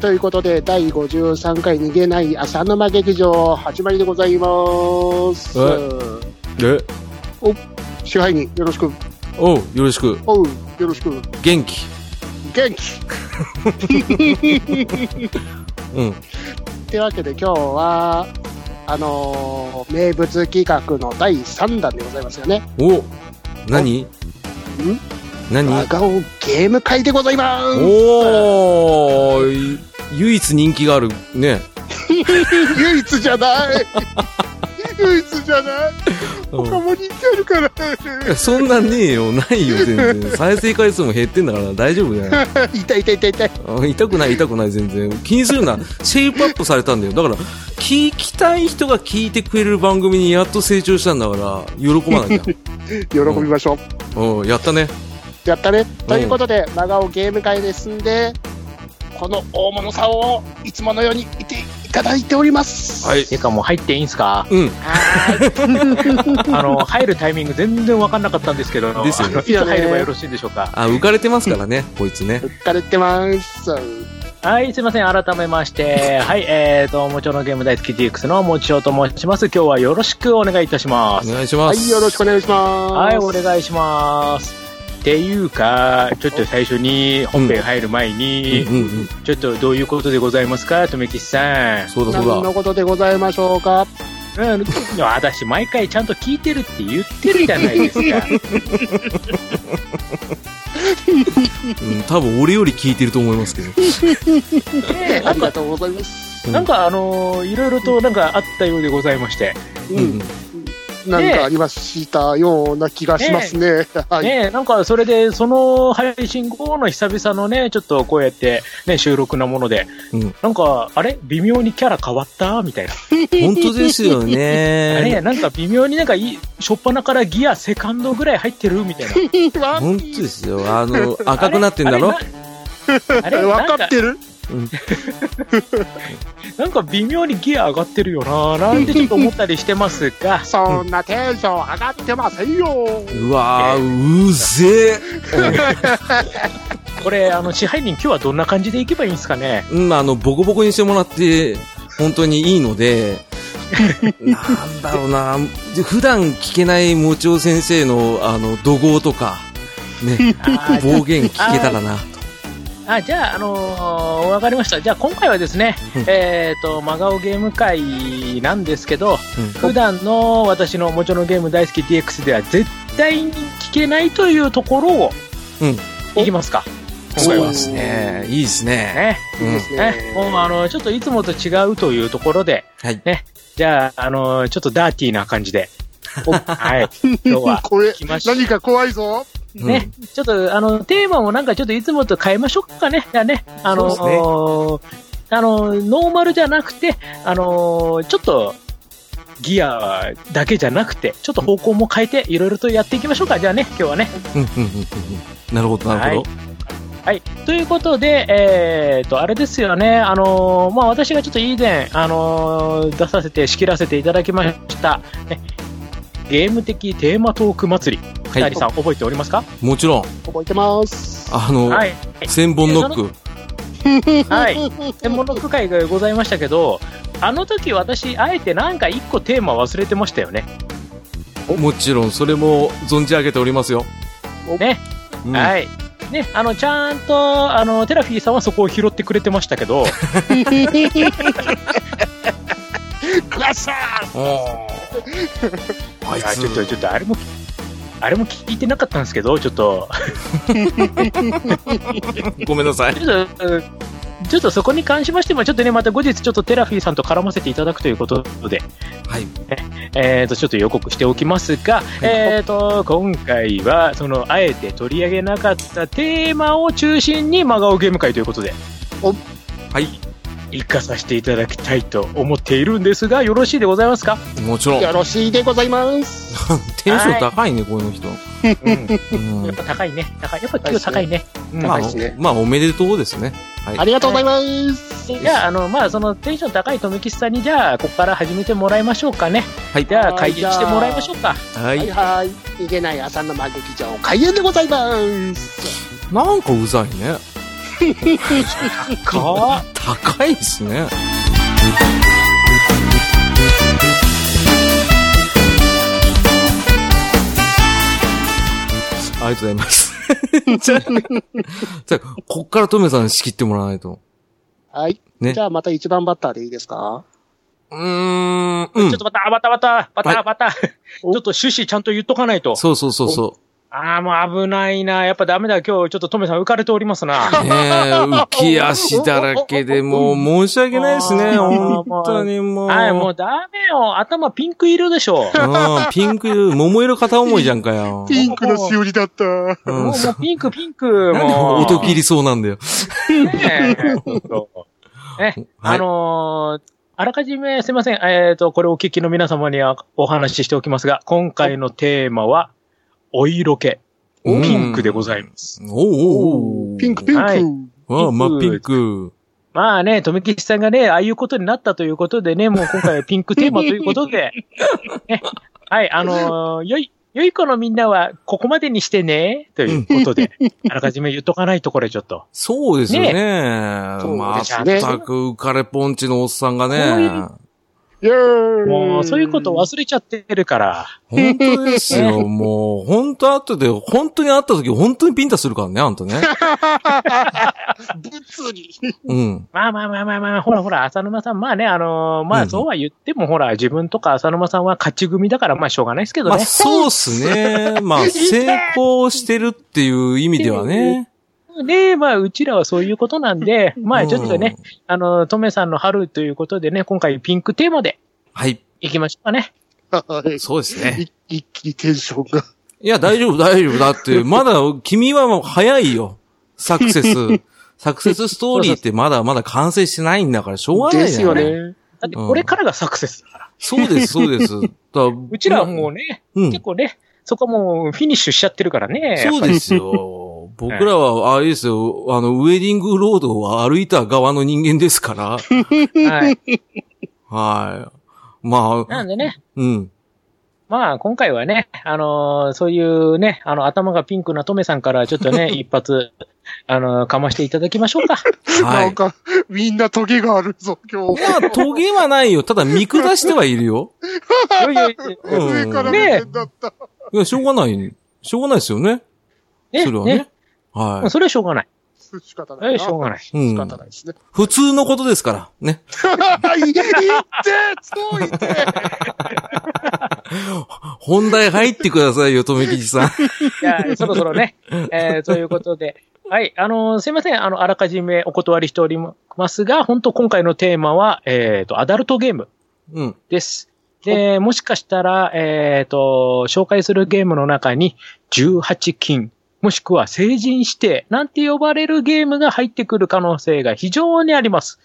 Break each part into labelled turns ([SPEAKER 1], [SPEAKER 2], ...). [SPEAKER 1] ということで、第53回逃げない浅沼劇場、始まりでございます。
[SPEAKER 2] ええ
[SPEAKER 1] 支配人、よろしく。
[SPEAKER 2] おうよろしく
[SPEAKER 1] おう、よろしく。
[SPEAKER 2] 元気
[SPEAKER 1] 元気
[SPEAKER 2] うん
[SPEAKER 1] ってわけで、今日は、あのー名物企画の第3弾でございますよね。
[SPEAKER 2] お何
[SPEAKER 1] 真
[SPEAKER 2] 何
[SPEAKER 1] 顔ゲーム会でございます
[SPEAKER 2] おお唯一人気があるね、
[SPEAKER 1] 唯一じゃない唯一じゃない他
[SPEAKER 2] う
[SPEAKER 1] も人気あるから
[SPEAKER 2] ん、そんなんねえよないよ全 然再生回数も減ってんだから大丈夫だよ
[SPEAKER 1] 痛い痛い痛い痛い
[SPEAKER 2] あ痛くない痛くない全然気にするなシェイプアップされたんだよだから聞きたい人が聞いてくれる番組にやっと成長したんだから喜ば なき
[SPEAKER 1] 喜びましょう、
[SPEAKER 2] ゃうんやったね
[SPEAKER 1] やったねということで真顔ゲーム会ですんでこの大物さんをいつものようにいていただいております
[SPEAKER 2] はい
[SPEAKER 3] ていうかもう入っていいんすか
[SPEAKER 2] うん
[SPEAKER 1] はーい
[SPEAKER 3] あの、入るタイミング全然わかんなかったんですけど、
[SPEAKER 2] ですよね
[SPEAKER 3] あのいつ入ればよろしいんでしょうか。
[SPEAKER 2] あ浮かれてますからねこいつね
[SPEAKER 1] 浮かれてます
[SPEAKER 3] はい、すいません。改めまして、 はい、えーと、おもちょのゲーム大好き DX のもちおと申します。今日はよろしくお願いいたしま
[SPEAKER 2] お
[SPEAKER 3] す。
[SPEAKER 2] 願いしま
[SPEAKER 1] は
[SPEAKER 2] す
[SPEAKER 1] いよろしくお願いします
[SPEAKER 3] はい、お願いします。っていうか、ちょっと最初に本編入る前に、
[SPEAKER 2] うんうんうん
[SPEAKER 3] ちょっとどういうことでございますか、とめきちさん。
[SPEAKER 2] そうだそ
[SPEAKER 1] 何
[SPEAKER 2] うだ
[SPEAKER 1] のことでございましょうか
[SPEAKER 3] うん、私、毎回ちゃんと聞いてるって言ってるじゃないです か。
[SPEAKER 2] うん、多分俺より聞いてると思いますけど。
[SPEAKER 3] ね
[SPEAKER 1] ありがとうございます
[SPEAKER 2] うん
[SPEAKER 3] なんかあのーいろいろとなんかあったようでございまして、
[SPEAKER 1] う
[SPEAKER 2] うん
[SPEAKER 1] ん、なんかありましたような気がしますね、 はい
[SPEAKER 3] ねえなんかそれでその配信後の久々のね、ちょっとこうやってね、収録なもので、
[SPEAKER 2] うん
[SPEAKER 3] なんか、あれ微妙にキャラ変わったみたいな。
[SPEAKER 2] 本当ですよ
[SPEAKER 3] あれ
[SPEAKER 2] ね。
[SPEAKER 3] なんか微妙になんかいい、初っ端からギアセカンドぐらい入ってるみたいな。
[SPEAKER 2] 本当ですよ。あの、赤くなってんだろ
[SPEAKER 3] あれ あれなあれ
[SPEAKER 1] 分
[SPEAKER 3] な
[SPEAKER 1] か
[SPEAKER 3] ん
[SPEAKER 1] っ
[SPEAKER 3] か、
[SPEAKER 1] てる、
[SPEAKER 3] なんか微妙にギア上がってるよななんてちょっと思ったりしてますが
[SPEAKER 1] そんなテンション上がってません よ
[SPEAKER 2] うわー、うぜ
[SPEAKER 3] これ、あの、支配人今日はどんな感じでいけばいいんです かね
[SPEAKER 2] え。うん、あの、ボコボコにしてもらって、本当にいいの で、なんだろうな、普段聞けないもちお先生の、あの、怒号とか、ね、
[SPEAKER 3] あー
[SPEAKER 2] 暴言聞けたらな。
[SPEAKER 3] あじゃあ、あのーわかりました。じゃあ、今回はですね、
[SPEAKER 2] うん
[SPEAKER 3] えっ、と、真顔ゲーム会なんですけど、
[SPEAKER 2] うん
[SPEAKER 3] 普段の私のもちろんゲーム大好き DX では絶対に聞けないというところを、
[SPEAKER 2] うん
[SPEAKER 3] いきますか。今
[SPEAKER 2] そう
[SPEAKER 3] 回
[SPEAKER 2] で
[SPEAKER 3] は。
[SPEAKER 2] すね。いいですね。
[SPEAKER 3] ね。
[SPEAKER 2] う
[SPEAKER 1] いい
[SPEAKER 2] ん
[SPEAKER 1] で。す
[SPEAKER 3] ね
[SPEAKER 1] ね。
[SPEAKER 3] もう、あの、ちょっといつもと違うというところで、
[SPEAKER 2] はい。
[SPEAKER 3] じゃあ、あのちょっとダーティーな感じで、 おはい、今日は。
[SPEAKER 1] これ
[SPEAKER 3] 来ました
[SPEAKER 1] 何か怖いぞ
[SPEAKER 2] うん
[SPEAKER 3] ね、ちょっとあのテーマもなんかちょっといつもと変えましょうかね。じゃあね、あのあのノーマルじゃなくて、あのちょっとギアだけじゃなくて、ちょっと方向も変えて、いろいろとやっていきましょうか。じゃあね、今日はね。
[SPEAKER 2] うんうんうんうんうんなるほど、なるほど。
[SPEAKER 3] はい。ということで、えー、と、あれですよね。あのまあ、私がちょっと以前、あの出させて、仕切らせていただきました。ねゲーム的テーマトーク祭り。
[SPEAKER 2] は
[SPEAKER 3] 二
[SPEAKER 2] い
[SPEAKER 3] 人さん、覚えておりますか
[SPEAKER 2] もちろん、
[SPEAKER 1] 覚えてます
[SPEAKER 2] あの、
[SPEAKER 3] はい。
[SPEAKER 2] 千本ノック。
[SPEAKER 3] はい。専門の区会がございましたけど、あの時私、あえてなんか一個テーマ忘れてましたよね。
[SPEAKER 2] もちろん、それも存じ上げておりますよ。
[SPEAKER 3] ね。
[SPEAKER 2] うん
[SPEAKER 3] はい。ね、あの、ちゃんと、あの、テラフィーさんはそこを拾ってくれてましたけど、
[SPEAKER 1] クラッサ
[SPEAKER 2] あい
[SPEAKER 3] あ
[SPEAKER 2] つ
[SPEAKER 3] ちょっと、ちょっと、あれも、あれも聞いてなかったんですけど、ちょっと、
[SPEAKER 2] ごめんなさい。
[SPEAKER 3] ちょっと、うんちょっとそこに関しましても、ちょっとね、また後日、ちょっとテラフィーさんと絡ませていただくということで、
[SPEAKER 2] はい。
[SPEAKER 3] えー、と、ちょっと予告しておきますが、えー、と、今回は、その、あえて取り上げなかったテーマを中心に、真顔ゲーム会ということで、
[SPEAKER 2] はい。
[SPEAKER 3] 生かさせていただきたいと思っているんですが、よろしいでございますか、
[SPEAKER 2] もちろん
[SPEAKER 1] ー。よろしいでございます
[SPEAKER 2] テンション高いね、この人。うん
[SPEAKER 3] やっぱ高いね。高い。やっぱ給料高いね。うん
[SPEAKER 2] ま
[SPEAKER 1] 高
[SPEAKER 2] あ
[SPEAKER 1] いっすね、
[SPEAKER 2] まあ、おめでとうですね。はい。
[SPEAKER 1] ありがとうございます
[SPEAKER 3] じゃあ、あの、まあ、そのテンション高い富吉さんに、じゃあ、ここから始めてもらいましょうかね。
[SPEAKER 2] はい
[SPEAKER 3] じゃあ、開演してもらいましょうか。
[SPEAKER 2] は
[SPEAKER 1] はい
[SPEAKER 2] い。
[SPEAKER 1] はい逃げない朝の間劇場開演でございます
[SPEAKER 2] なんかうざいね。
[SPEAKER 3] 高っ
[SPEAKER 2] 高いですね。ありがとうございます。じゃあ、じゃあこっからトメさん仕切ってもらわないと。
[SPEAKER 1] はい。
[SPEAKER 2] ね
[SPEAKER 1] じゃあまた一番バッターでいいですか
[SPEAKER 2] うーん、うん
[SPEAKER 3] ちょっ。とまた、また、また、ま
[SPEAKER 2] は
[SPEAKER 3] た、また、ちょっと趣旨ちゃんと言っとかないと。
[SPEAKER 2] そうそうそうそ
[SPEAKER 3] ああ、もう危ないな。やっぱダメだ。今日、ちょっとトメさん浮かれておりますな。
[SPEAKER 2] う。ねえ、浮き足だらけで、もう申し訳ないですね。
[SPEAKER 3] もう
[SPEAKER 2] 本当にもう。
[SPEAKER 3] はい、もうダメよ。頭ピンク色でしょ。
[SPEAKER 2] うんピンク色、桃色片思いじゃんかよ。
[SPEAKER 1] ピンクのしおりだった。
[SPEAKER 2] う
[SPEAKER 3] もう、
[SPEAKER 2] ん
[SPEAKER 3] もうピンク、ピンク。
[SPEAKER 2] なんで
[SPEAKER 3] もう。
[SPEAKER 2] 音切りそうなんだよ。
[SPEAKER 3] ね え。そうねあのーあらかじめ、すいません。えっ、と、これをお聞きの皆様にはお話ししておきますが、今回のテーマは、お色気。
[SPEAKER 2] うん
[SPEAKER 3] ピンクでございます。
[SPEAKER 2] おうおうおう
[SPEAKER 1] ピンク、ピンク。
[SPEAKER 3] はい
[SPEAKER 2] ああ、まあ、
[SPEAKER 3] ピ
[SPEAKER 2] ピ
[SPEAKER 3] ンク
[SPEAKER 2] ンク。
[SPEAKER 3] まあね、富吉さんがね、ああいうことになったということでね、もう今回はピンクテーマというこ とで、ね、はい、あのーよい、よい子のみんなはここまでにしてね、ということで、あらかじめ言っとかないとこれちょっと。
[SPEAKER 2] そうですよね。
[SPEAKER 1] そう
[SPEAKER 2] ま
[SPEAKER 1] ですよね
[SPEAKER 2] ったく浮かれポンチのおっさんが
[SPEAKER 3] こうい
[SPEAKER 2] ね
[SPEAKER 3] う。
[SPEAKER 1] イェーイ
[SPEAKER 3] もうそういう こと忘れちゃってるから。
[SPEAKER 2] 本当ですよ。もう、本当後で、本当に会った時、本当にピンタするからね、あんたね。
[SPEAKER 1] 物理。
[SPEAKER 2] うん。
[SPEAKER 3] まあまあまあまあまあ、ほらほら、浅沼さん、まあね、あのーま
[SPEAKER 2] う
[SPEAKER 3] あ
[SPEAKER 2] ん
[SPEAKER 3] そうは言っても、ほら、自分とか浅沼さんは勝ち組だから、まあしょうがないですけど
[SPEAKER 2] ま
[SPEAKER 3] ね。
[SPEAKER 2] あ、そうっすね。まあ、成功してるっていう意味ではね。
[SPEAKER 3] で、まあ、うちらはそういうことな んで、まあちょっとね、
[SPEAKER 2] うん。
[SPEAKER 3] あのー、トメさんの春ということでね、今回ピンクテーマで
[SPEAKER 2] はい。
[SPEAKER 3] いきましょうかね。
[SPEAKER 1] はい
[SPEAKER 2] そうですね。
[SPEAKER 1] 一一気にテンションが。
[SPEAKER 2] いや、大丈夫、大丈夫。だ って、まだ、君はもう早いよ。サクセス。 サクセスストーリーってまだまだ完成してないんだから、しょうがないじゃん
[SPEAKER 1] ですよ。ね。
[SPEAKER 3] だって、これからがサクセスだから。
[SPEAKER 2] そうです、そうです。だ
[SPEAKER 3] うちらはもうね、
[SPEAKER 2] う、うん
[SPEAKER 3] 結、構ね、そこはもうフィニッシュしちゃってるからね。
[SPEAKER 2] そうですよ。僕らは、あれですよ、あの、ウェディングロードを歩いた側の人間ですから、
[SPEAKER 3] はい。
[SPEAKER 2] はい。ま
[SPEAKER 3] な
[SPEAKER 2] あ、
[SPEAKER 3] んでね、
[SPEAKER 2] うん。
[SPEAKER 3] まあ、今回はね、あのーそういうね、あの、頭がピンクなトメさんからちょっ とね、一発、あのーかましていただきましょうか。
[SPEAKER 2] は
[SPEAKER 1] なん
[SPEAKER 2] い。
[SPEAKER 1] か、みんなトゲがあるぞ、今日。
[SPEAKER 2] まあ、トゲはないよ。ただ見下してはいるよ。
[SPEAKER 3] いやいやい
[SPEAKER 2] うん
[SPEAKER 1] 上から目線だった。
[SPEAKER 2] いや、しょうがない。しょうがないですよね。
[SPEAKER 3] や
[SPEAKER 2] それはね。。は
[SPEAKER 3] それはしょうがない。
[SPEAKER 1] 仕方
[SPEAKER 3] そ
[SPEAKER 1] な
[SPEAKER 3] れ
[SPEAKER 1] い
[SPEAKER 3] は
[SPEAKER 1] な。
[SPEAKER 3] しょうがな
[SPEAKER 2] い。
[SPEAKER 3] い。
[SPEAKER 2] う
[SPEAKER 1] 仕
[SPEAKER 2] ん。
[SPEAKER 1] 方ないですね。
[SPEAKER 2] 普通のことですから。ね。
[SPEAKER 1] いってそう言って
[SPEAKER 2] 本題入ってくださいよ、富吉さん。
[SPEAKER 3] いや、そろそろね。えー、ということで。はい。あのーすいません。あの、あらかじめお断りしておりますが、本当今回のテーマは、えっ、と、アダルトゲーム
[SPEAKER 2] うん。
[SPEAKER 3] です。で、もしかしたら、えっ、と、紹介するゲームの中に、18禁、もしくは成人指定、なんて呼ばれるゲームが入ってくる可能性が非常にあります。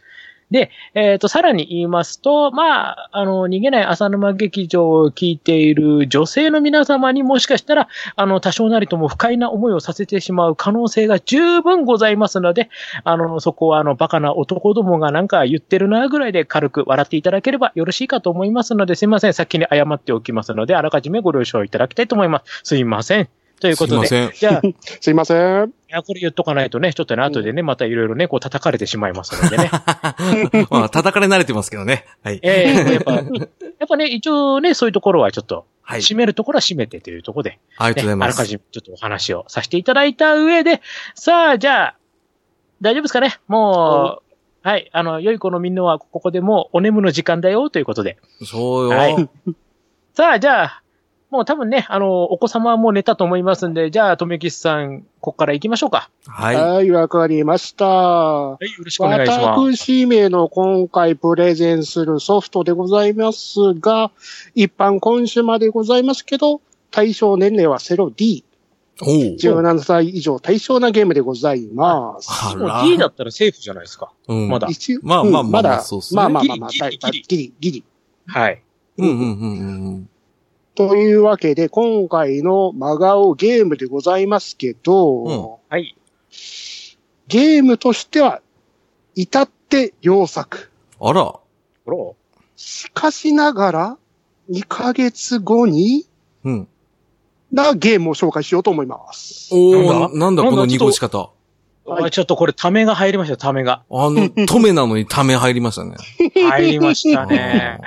[SPEAKER 3] で、えっ、と、さらに言いますと、まあ、あの、逃げない浅沼劇場を聞いている女性の皆様にもしかしたら、あの、多少なりとも不快な思いをさせてしまう可能性が十分ございますので、あの、そこはあの、バカな男どもがなんか言ってるなぐらいで軽く笑っていただければよろしいかと思いますので、すいません。先に謝っておきますので、あらかじめご了承いただきたいと思います。すいません。ということで。
[SPEAKER 2] すいま
[SPEAKER 3] じゃあ、い
[SPEAKER 1] すいません。
[SPEAKER 3] や、これ言っとかないとね、ちょっとね、後でね、またいろいろね、こう叩かれてしまいますの でね。
[SPEAKER 2] せん。まあ、叩かれ慣れてますけどね。はい。
[SPEAKER 3] ええ やっぱ、やっぱね、一応ね、そういうところはちょっと、
[SPEAKER 2] はい。
[SPEAKER 3] 締めるところは締めてというところで、
[SPEAKER 2] ありがとうござい
[SPEAKER 3] ね、あ
[SPEAKER 2] ま
[SPEAKER 3] らか
[SPEAKER 2] す。
[SPEAKER 3] じめちょっとお話をさせていただいた上で、さあ、じゃあ、大丈夫ですかねもう、はい、あの、良い子のみんなは、ここでもうお眠の時間だよということで。
[SPEAKER 2] そうよ。
[SPEAKER 3] はいさあ、じゃあ、もう多分ね、あの、お子様はもう寝たと思いますんで、じゃあ、とめきちさん、ここから行きましょうか。
[SPEAKER 2] はい。
[SPEAKER 1] はい、わかりました。
[SPEAKER 3] はい、よろしくお願いします。
[SPEAKER 1] 私名の今回プレゼンするソフトでございますが、一般今週までございますけど、対象年齢は 0D。
[SPEAKER 2] おう。
[SPEAKER 1] 17歳以上対象なゲームでございます。
[SPEAKER 2] あ
[SPEAKER 3] も
[SPEAKER 2] ら
[SPEAKER 3] う D だったらセーフじゃないですか。
[SPEAKER 2] うん。
[SPEAKER 3] まだ
[SPEAKER 1] 一
[SPEAKER 2] まあ
[SPEAKER 1] うん
[SPEAKER 2] まあまあ
[SPEAKER 1] まだ
[SPEAKER 2] そうっすね
[SPEAKER 1] まあまあまあまあ、
[SPEAKER 3] ギ
[SPEAKER 1] だ
[SPEAKER 3] リ
[SPEAKER 1] いたいギリ、ギリ。
[SPEAKER 3] はい。
[SPEAKER 2] うんうんうんうん。
[SPEAKER 1] というわけで、今回の真顔ゲームでございますけど、
[SPEAKER 2] うん
[SPEAKER 3] はい。
[SPEAKER 1] ゲームとしては、至って良作。
[SPEAKER 2] あら。
[SPEAKER 3] ほろ。
[SPEAKER 1] しかしながら、2ヶ月後に、
[SPEAKER 2] うん。
[SPEAKER 1] なゲームを紹介しようと思います。
[SPEAKER 2] おー、なんだ
[SPEAKER 3] なんだ
[SPEAKER 2] この濁し方。
[SPEAKER 1] はい
[SPEAKER 3] あちょっとこれ、ためが入りました、ためが。
[SPEAKER 2] あの、止めなのにため入りましたね。
[SPEAKER 3] 入りましたね。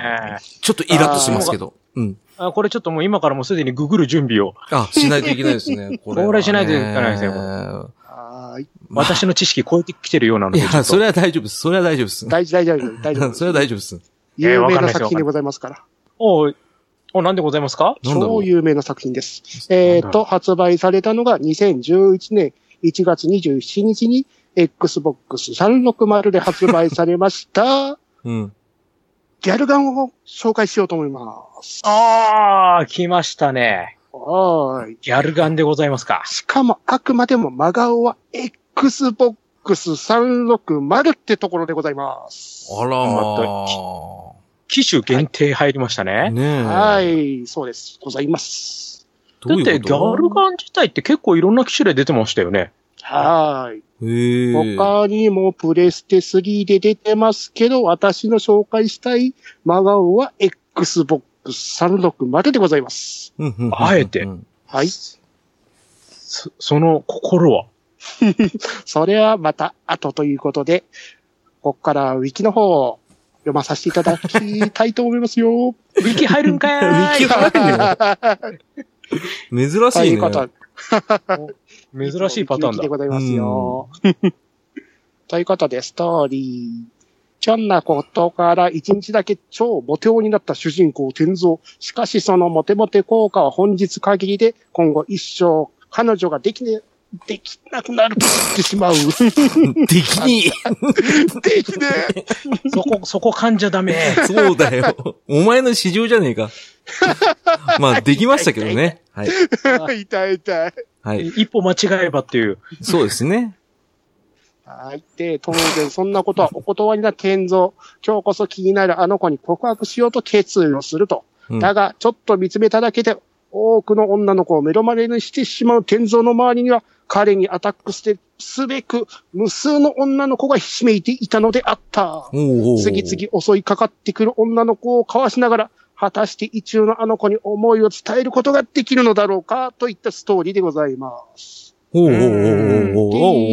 [SPEAKER 2] ちょっとイラッとしますけど。うん。
[SPEAKER 3] あこれちょっともう今からもうすでにググる準備を。
[SPEAKER 2] あ、しないといけないです ね。これはね
[SPEAKER 3] これしないといけないですよこれ
[SPEAKER 1] はーい。
[SPEAKER 2] まあ
[SPEAKER 3] 私の知識超えてきてるようなの
[SPEAKER 2] い
[SPEAKER 3] で。ちょ
[SPEAKER 2] や、
[SPEAKER 3] っ
[SPEAKER 2] そ
[SPEAKER 3] と
[SPEAKER 2] れは大丈夫です。それは大丈夫です。
[SPEAKER 1] 大事、大丈夫、大丈夫。
[SPEAKER 2] それは大丈夫です。
[SPEAKER 3] えー
[SPEAKER 1] 有
[SPEAKER 3] わ
[SPEAKER 1] 名
[SPEAKER 3] かんな
[SPEAKER 1] な
[SPEAKER 3] いです
[SPEAKER 1] 作品でございますから。
[SPEAKER 3] おうお、なんでございますか
[SPEAKER 2] なんだろ
[SPEAKER 1] 超
[SPEAKER 2] う。
[SPEAKER 1] 有名な作品です。えっ、と、発売されたのが2011年1月27日に Xbox 360で発売されました、
[SPEAKER 2] うん。
[SPEAKER 1] ギャルガンを紹介しようと思います。
[SPEAKER 3] あー、来ましたね。
[SPEAKER 1] はーい。
[SPEAKER 3] ギャルガンでございますか。
[SPEAKER 1] しかも、あくまでも真顔は Xbox 360ってところでございます。
[SPEAKER 2] あら
[SPEAKER 3] 機種限定入りました
[SPEAKER 2] ー。
[SPEAKER 3] ね。
[SPEAKER 2] ねえ。
[SPEAKER 1] はい、そうです。ございます。
[SPEAKER 2] どう
[SPEAKER 3] だって
[SPEAKER 2] いう
[SPEAKER 3] ギ
[SPEAKER 2] こ
[SPEAKER 3] ャルガン自体って結構いろんな機種で出てましたよね。
[SPEAKER 1] はーい。
[SPEAKER 2] とへえ。
[SPEAKER 1] 他にもプレステ3で出てますけど、私の紹介したい真顔は Xbox 360でございます。
[SPEAKER 2] うんうんうん
[SPEAKER 3] あえて
[SPEAKER 2] うん
[SPEAKER 1] はい。
[SPEAKER 3] そその心は。
[SPEAKER 1] それはまた後ということで、ここからウィキの方を読まさせていただきたいと思います よ。
[SPEAKER 3] ウィキ入るんかーい
[SPEAKER 2] ウィキ入るの珍し
[SPEAKER 1] と
[SPEAKER 2] い
[SPEAKER 1] い
[SPEAKER 2] ね
[SPEAKER 1] う。こと
[SPEAKER 3] 珍しいパターン
[SPEAKER 1] で
[SPEAKER 3] だ。
[SPEAKER 1] ございますよ。ということで、ストーリー。ちょんなことから一日だけ超モテ男になった主人公天蔵。しかしそのモテモテ効果は本日限りで、今後一生彼女ができね、できなくなるってし まう。
[SPEAKER 2] できに。
[SPEAKER 1] できねえ
[SPEAKER 3] そこ、そこ噛んじゃダメ。
[SPEAKER 2] そうだよ。お前の市場じゃねえか。まあ、できましたけどね。はい。
[SPEAKER 1] 痛い痛い。
[SPEAKER 2] はい。
[SPEAKER 3] 一歩間違えばっていう。
[SPEAKER 2] そうですね。
[SPEAKER 1] はい。で、当然、そんなことはお断りな健造。 今日こそ気になるあの子に告白しようと決意をすると。
[SPEAKER 2] うん
[SPEAKER 1] だが、ちょっと見つめただけで、多くの女の子を目の前にしてしまう健造の周りには、彼にアタックしてすべく、無数の女の子がひしめいていたのであった。
[SPEAKER 2] おうおう
[SPEAKER 1] 次々襲いかかってくる女の子をかわしながら、果たして一中のあの子に思いを伝えることができるのだろうか、といったストーリーでございます。
[SPEAKER 2] おうおうおうおうおうお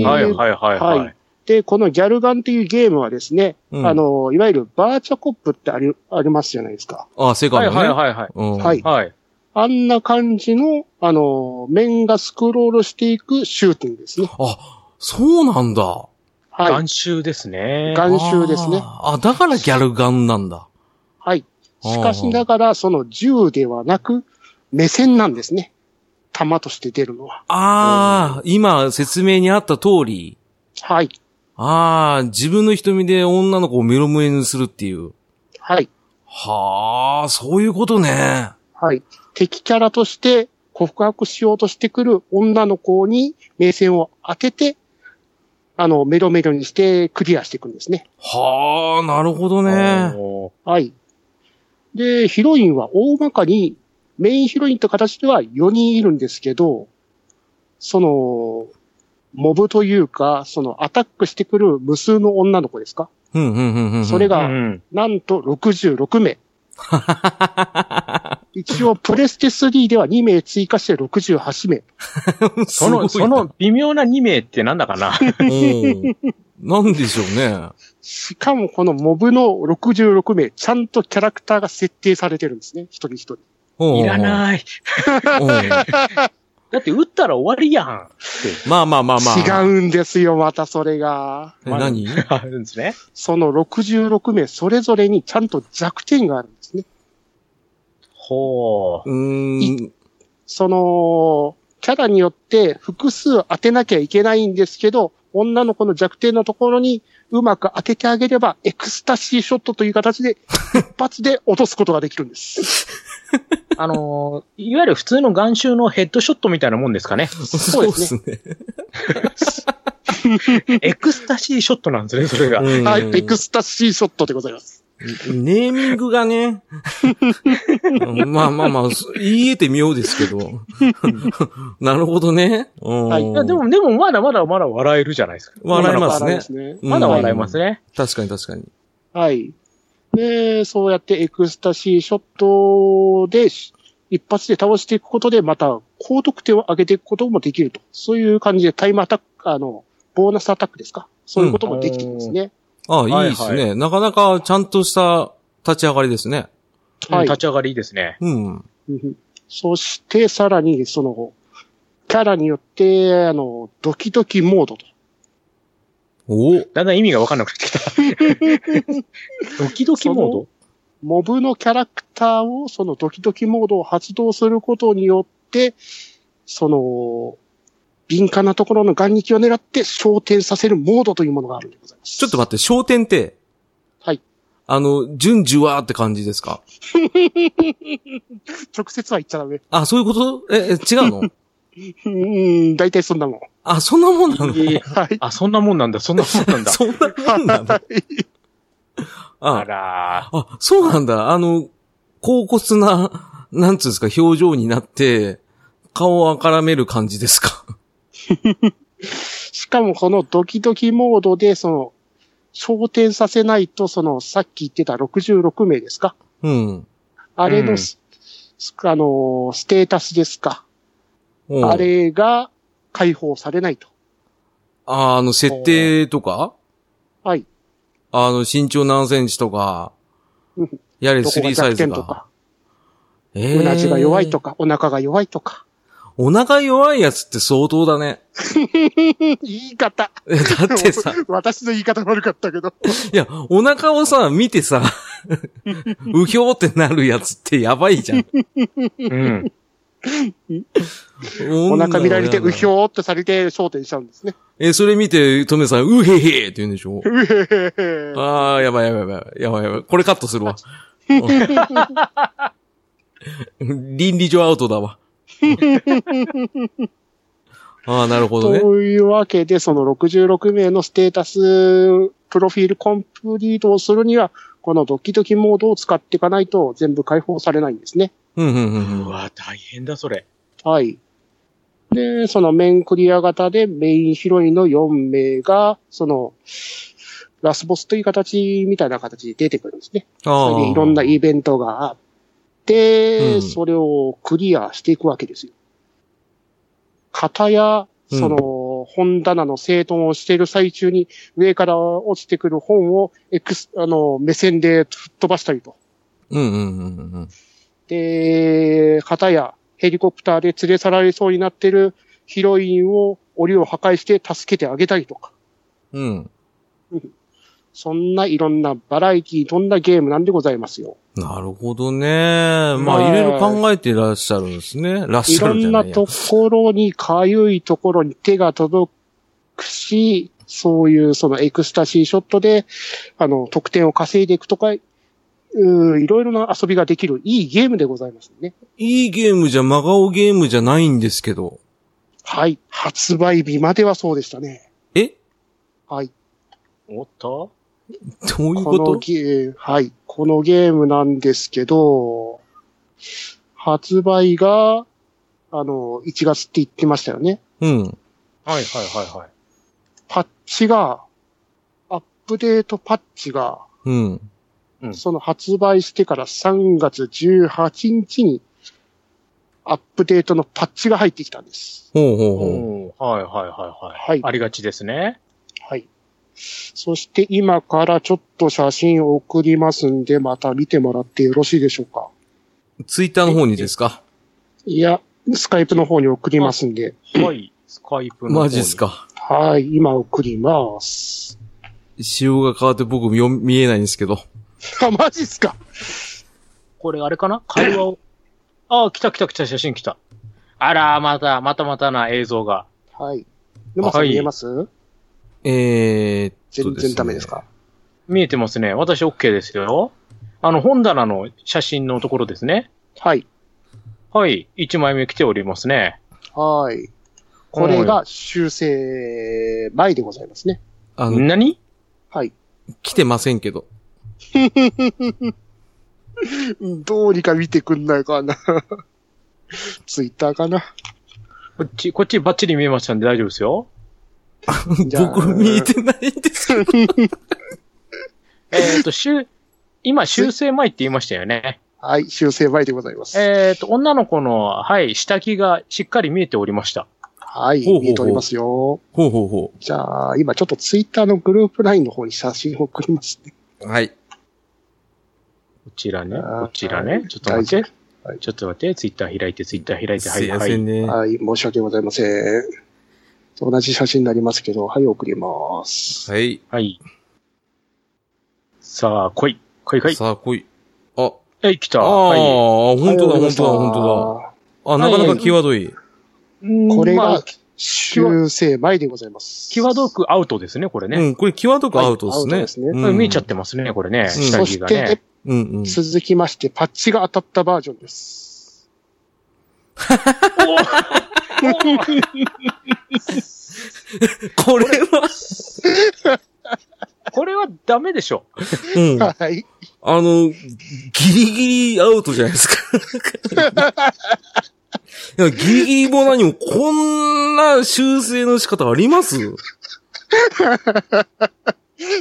[SPEAKER 2] う
[SPEAKER 1] はい
[SPEAKER 3] はい
[SPEAKER 1] はい。で、このギャルガンっていうゲームはですね、
[SPEAKER 2] うん
[SPEAKER 1] あの、いわゆるバーチャコップってあり、ありますじゃないですか。
[SPEAKER 2] あ、セカン
[SPEAKER 3] は
[SPEAKER 2] ド
[SPEAKER 3] い
[SPEAKER 2] ね。
[SPEAKER 3] はいはいはい。
[SPEAKER 2] うん
[SPEAKER 1] はい
[SPEAKER 3] はい。
[SPEAKER 1] あんな感じの、あの、面がスクロールしていくシューティングですね。
[SPEAKER 2] あ、そうなんだ。
[SPEAKER 1] はい。
[SPEAKER 3] 眼臭ですね。
[SPEAKER 1] 眼臭ですね。
[SPEAKER 2] あー。あ、だからギャルガンなんだ。
[SPEAKER 1] はい。
[SPEAKER 2] あー
[SPEAKER 1] しかしながら、その銃ではなく、目線なんですね。弾として出るのは。
[SPEAKER 2] ああ、今説明にあった通り、
[SPEAKER 1] はい。
[SPEAKER 2] ああ、自分の瞳で女の子をメロメロにするっていう。
[SPEAKER 1] はい。
[SPEAKER 2] はあ、そういうことね。
[SPEAKER 1] はい。敵キャラとして告白しようとしてくる女の子に目線を当てて、あの、メロメロにしてクリアしていくんですね。
[SPEAKER 2] はあ、なるほどね。
[SPEAKER 3] おー
[SPEAKER 1] はい。で、ヒロインは大まかに、メインヒロインって形では4人いるんですけど、その、モブというか、そのアタックしてくる無数の女の子ですか
[SPEAKER 2] うん、うん、うん、うん。
[SPEAKER 1] それ
[SPEAKER 2] が。
[SPEAKER 3] う
[SPEAKER 1] が、
[SPEAKER 3] ん。
[SPEAKER 1] なんと66名。 一応、プレステ3では2名追加して68名。
[SPEAKER 2] そ
[SPEAKER 3] その、その、微妙な2名ってなんだか な
[SPEAKER 2] うん なんでしょうね。
[SPEAKER 1] しかも、このモブの66名、ちゃんとキャラクターが設定されてるんですね。一人一人。
[SPEAKER 2] うん
[SPEAKER 3] いらない。
[SPEAKER 2] うん
[SPEAKER 3] だって打ったら終わりやん。っ
[SPEAKER 2] まあまあまあまあ。う。
[SPEAKER 1] 違うんですよ、またそれが。
[SPEAKER 2] え、何
[SPEAKER 3] てあるんですね。
[SPEAKER 1] その66名それぞれにちゃんと弱点があるんですね。
[SPEAKER 3] ほ
[SPEAKER 2] う
[SPEAKER 3] う。
[SPEAKER 2] ーん。
[SPEAKER 1] その、キャラによって複数当てなきゃいけないんですけど、女の子の弱点のところにうまく当ててあげれば、エクスタシーショットという形で、一発で落とすことができるんです。
[SPEAKER 3] あのー、いわゆる普通の眼臭のヘッドショットみたいなもんですか ね。
[SPEAKER 1] そうですね。
[SPEAKER 2] ね。
[SPEAKER 3] エクスタシーショットなんですね、それが。
[SPEAKER 2] うん
[SPEAKER 1] はい、エクスタシーショットでございます。
[SPEAKER 2] ネーミングがね。まあまあまあ、す言えてみようですけど。 なるほどね。
[SPEAKER 1] はい
[SPEAKER 2] い
[SPEAKER 3] いや、で、も、でも、まだまだまだ笑えるじゃないですか。
[SPEAKER 2] 笑えますね
[SPEAKER 1] 笑いますね。
[SPEAKER 2] うん
[SPEAKER 3] まだ笑えます。ね。
[SPEAKER 2] 確かに確かに。
[SPEAKER 1] はい。で、そうやってエクスタシーショットで、し一発で倒していくことで、また高得点を上げていくこともできると。そういう感じでタイムアタック、あの、ボーナスアタックですかそういうこともできてますね。
[SPEAKER 2] ああ、いいですね、
[SPEAKER 3] はいは
[SPEAKER 2] なかなかちゃんとした立ち上がりですね。
[SPEAKER 3] うん
[SPEAKER 1] はい
[SPEAKER 3] 立ち上がりいいですね。
[SPEAKER 2] うん。
[SPEAKER 1] うんそして、さらに、その、キャラによって、あの、ドキドキモードと。
[SPEAKER 2] お
[SPEAKER 3] だんだん意味がわかんなくなってきた。 ドキドキモード
[SPEAKER 1] モブのキャラクターを、そのドキドキモードを発動することによって、その、敏感なところの眼力を狙って焦点させるモードというものがあるんでございます。
[SPEAKER 2] ちょっと待って、焦点って。
[SPEAKER 1] はい。
[SPEAKER 2] あの、順序はって感じですか
[SPEAKER 1] 直接は言っちゃダメ。
[SPEAKER 2] あ、そういうことえ、え違うの
[SPEAKER 1] うーん、大体そんなもん。
[SPEAKER 2] あ、そんなもんなの
[SPEAKER 3] えー
[SPEAKER 1] はい。
[SPEAKER 3] あ、そんなもんなんだ、そんなもんなんだ。
[SPEAKER 2] そんなもんなの
[SPEAKER 3] あ
[SPEAKER 2] あ、
[SPEAKER 3] ら
[SPEAKER 2] あ、そうなんだ。あの、高骨な、 なんつうんですか、表情になって、顔をあからめる感じですか。
[SPEAKER 1] しかもこのドキドキモードで、その、焦点させないと、その、さっき言ってた66名ですか
[SPEAKER 2] うん。
[SPEAKER 1] あれ
[SPEAKER 3] う
[SPEAKER 1] の
[SPEAKER 3] ん
[SPEAKER 1] ス、スあのーステータスですか。
[SPEAKER 2] うん
[SPEAKER 1] あれが解放されないと。
[SPEAKER 2] ああの、設定とか
[SPEAKER 1] はい。
[SPEAKER 2] あの、身長何センチとか
[SPEAKER 1] うん、
[SPEAKER 2] や れ
[SPEAKER 1] どこが
[SPEAKER 2] 3サ
[SPEAKER 1] 弱
[SPEAKER 2] イズ
[SPEAKER 1] 点と
[SPEAKER 2] が。
[SPEAKER 1] か、
[SPEAKER 2] えー
[SPEAKER 1] 胸じが弱いとか、お腹が弱いとか。
[SPEAKER 2] お腹弱いやつって相当だね。
[SPEAKER 1] 言い方。
[SPEAKER 2] えだってさ、
[SPEAKER 1] 私の言い方悪かったけど。
[SPEAKER 2] いや、お腹をさ、見てさ、 うひょーってなるやつってやばいじゃん。
[SPEAKER 3] ー。うん。
[SPEAKER 1] お腹見られて、う
[SPEAKER 2] う
[SPEAKER 1] ひょーってされて焦点しちゃうん ですね。
[SPEAKER 2] え、それ見て、トメさん、うへへって言うんでしょ
[SPEAKER 1] うへへへ
[SPEAKER 2] ああ、やばいやばいやばい。やばいやばい。これカットするわ。 倫理上アウトだわ。 ああ、なるほどね。
[SPEAKER 1] というわけで、その66名のステータス、プロフィールコンプリートをするには、このドキドキモードを使っていかないと全部解放されないんですね。
[SPEAKER 2] うんうんうん
[SPEAKER 3] う
[SPEAKER 2] うん。
[SPEAKER 3] わ、大変だ、それ。
[SPEAKER 1] はい。で、そのメインクリア型でメインヒロインの4名が、その、ラスボスという形みたいな形で出てくるんですね。
[SPEAKER 2] あ
[SPEAKER 1] そ
[SPEAKER 2] あ
[SPEAKER 1] れでいろんなイベントがあって、
[SPEAKER 2] うん
[SPEAKER 1] それをクリアしていくわけですよ。片や、
[SPEAKER 2] うん
[SPEAKER 1] その、本棚の整頓をしている最中に、上から落ちてくる本を、エクス、あの、目線で吹っ飛ばしたりと。
[SPEAKER 2] うんうんうんうん。
[SPEAKER 1] で、片や、ヘリコプターで連れ去られそうになってるヒロインを、檻を破壊して助けてあげたりとか。
[SPEAKER 2] うん。
[SPEAKER 1] そんないろんなバラエティー、どんなゲームなんでございますよ。
[SPEAKER 2] なるほどね。ま
[SPEAKER 1] はい
[SPEAKER 2] あ、いろいろ考えてらっしゃるんですね。らっ
[SPEAKER 1] い
[SPEAKER 2] しゃ
[SPEAKER 1] ろ
[SPEAKER 2] るんじゃ
[SPEAKER 1] ん
[SPEAKER 2] な
[SPEAKER 1] ない
[SPEAKER 2] や
[SPEAKER 1] ところに、かゆいところに手が届くし、そういうそのエクスタシーショットで、あの、得点を稼いでいくとか、うーいろいろな遊びができるいいゲームでございますね。
[SPEAKER 2] いいゲームじゃ、真顔ゲームじゃないんですけど。
[SPEAKER 1] はい。発売日まではそうでしたね。
[SPEAKER 2] え
[SPEAKER 1] はい。
[SPEAKER 3] おっと
[SPEAKER 2] どういうこ
[SPEAKER 1] の
[SPEAKER 2] と
[SPEAKER 1] ゲーム、はい。このゲームなんですけど、発売が、あの、1月って言ってましたよね。
[SPEAKER 2] うん。
[SPEAKER 3] はいはいはいはい。
[SPEAKER 1] パッチが、アップデートパッチが、
[SPEAKER 2] うん。
[SPEAKER 1] その発売してから3月18日に、アップデートのパッチが入ってきたんです。
[SPEAKER 2] ほうほうほう。
[SPEAKER 3] おーはいはいはいはい。
[SPEAKER 1] はい
[SPEAKER 3] ありがちですね。
[SPEAKER 1] はい。そして今からちょっと写真を送りますんで、また見てもらってよろしいでしょうか。
[SPEAKER 2] ツイッターの方にですか
[SPEAKER 1] いや、スカイプの方に送りますんで。
[SPEAKER 3] はい。スカイプの。
[SPEAKER 2] マジっす。か。
[SPEAKER 1] はい、今送ります。
[SPEAKER 2] 仕様が変わって僕見よ見えないんですけど。
[SPEAKER 1] あ、マジっすか
[SPEAKER 3] これあれかな会話を。あー、来た来た来た、写真来た。あらー、また、またまたな映像が。
[SPEAKER 1] はい。沼さん
[SPEAKER 3] はい
[SPEAKER 1] 見えます、
[SPEAKER 2] えー、っと
[SPEAKER 1] 全
[SPEAKER 2] ですね
[SPEAKER 1] 然ダメですか
[SPEAKER 3] 見えてますね。私 OK ですよ。あの、本棚の写真のところですね。
[SPEAKER 1] はい。
[SPEAKER 3] はい。1枚目来ておりますね。
[SPEAKER 1] はい。これが修正前でございますね。
[SPEAKER 2] あの、
[SPEAKER 3] 何
[SPEAKER 1] はい。
[SPEAKER 2] 来てませんけど。
[SPEAKER 1] どうにか見てくんないかな。 ツイッターかな。
[SPEAKER 3] こっち、こっちバッチリ見えましたんで大丈夫ですよ。
[SPEAKER 1] じゃあ
[SPEAKER 2] 僕見えてないんですけど。
[SPEAKER 3] えっと、修、今、修正前って言いましたよね。
[SPEAKER 1] はい、修正前でございます。
[SPEAKER 3] えっ、と、女の子の、はい、下着がしっかり見えておりました。
[SPEAKER 1] はい、
[SPEAKER 2] ほうほうほう
[SPEAKER 1] 見えておりますよ。
[SPEAKER 2] ほうほうほ
[SPEAKER 1] じゃあ、今ちょっとツイッターのグループラインの方に写真を送りますね。
[SPEAKER 2] う。はい。
[SPEAKER 3] こちらね、
[SPEAKER 1] あー
[SPEAKER 3] こちらね。ちょっと待って
[SPEAKER 1] は。い
[SPEAKER 3] ちょっと待って、ツイッター開いて、ツイッター開いて、は
[SPEAKER 2] す
[SPEAKER 3] い、
[SPEAKER 2] いま
[SPEAKER 3] は
[SPEAKER 2] せ
[SPEAKER 3] い
[SPEAKER 2] ん。ね。
[SPEAKER 1] はい、申し訳ございません。同じ写真になりますけど、はい、送ります。
[SPEAKER 2] はい。
[SPEAKER 3] はい。さあ、来い。来い来い。
[SPEAKER 2] さあ、来い。あ、
[SPEAKER 3] はい、来た。
[SPEAKER 2] ああ、
[SPEAKER 3] は
[SPEAKER 2] 本当
[SPEAKER 1] は
[SPEAKER 2] だ、
[SPEAKER 1] い
[SPEAKER 2] 本当だ、本当だ。あ、なかなか際どい。
[SPEAKER 3] いうん。
[SPEAKER 1] これが
[SPEAKER 3] まあ
[SPEAKER 1] 修正前でございます。
[SPEAKER 3] 際どくアウトですね、これ
[SPEAKER 2] う
[SPEAKER 3] ね。
[SPEAKER 2] ん、これ際どくアウト
[SPEAKER 1] はいアウト
[SPEAKER 2] で
[SPEAKER 1] ですす
[SPEAKER 2] ね
[SPEAKER 1] ね。
[SPEAKER 2] うん
[SPEAKER 3] 見えちゃっ。てますね、これね。
[SPEAKER 2] うん
[SPEAKER 3] 下
[SPEAKER 1] そ
[SPEAKER 3] 着
[SPEAKER 1] し
[SPEAKER 3] が
[SPEAKER 1] て
[SPEAKER 3] ね。、
[SPEAKER 2] うんうん。
[SPEAKER 1] 続きまして、パッチが当たったバージョンです。
[SPEAKER 2] これは、
[SPEAKER 3] これはダメでしょ。
[SPEAKER 2] うん。あ
[SPEAKER 1] はい。
[SPEAKER 2] の、ギリギリアウトじゃないです か。いやギリギリも何も、こんな修正の仕方あります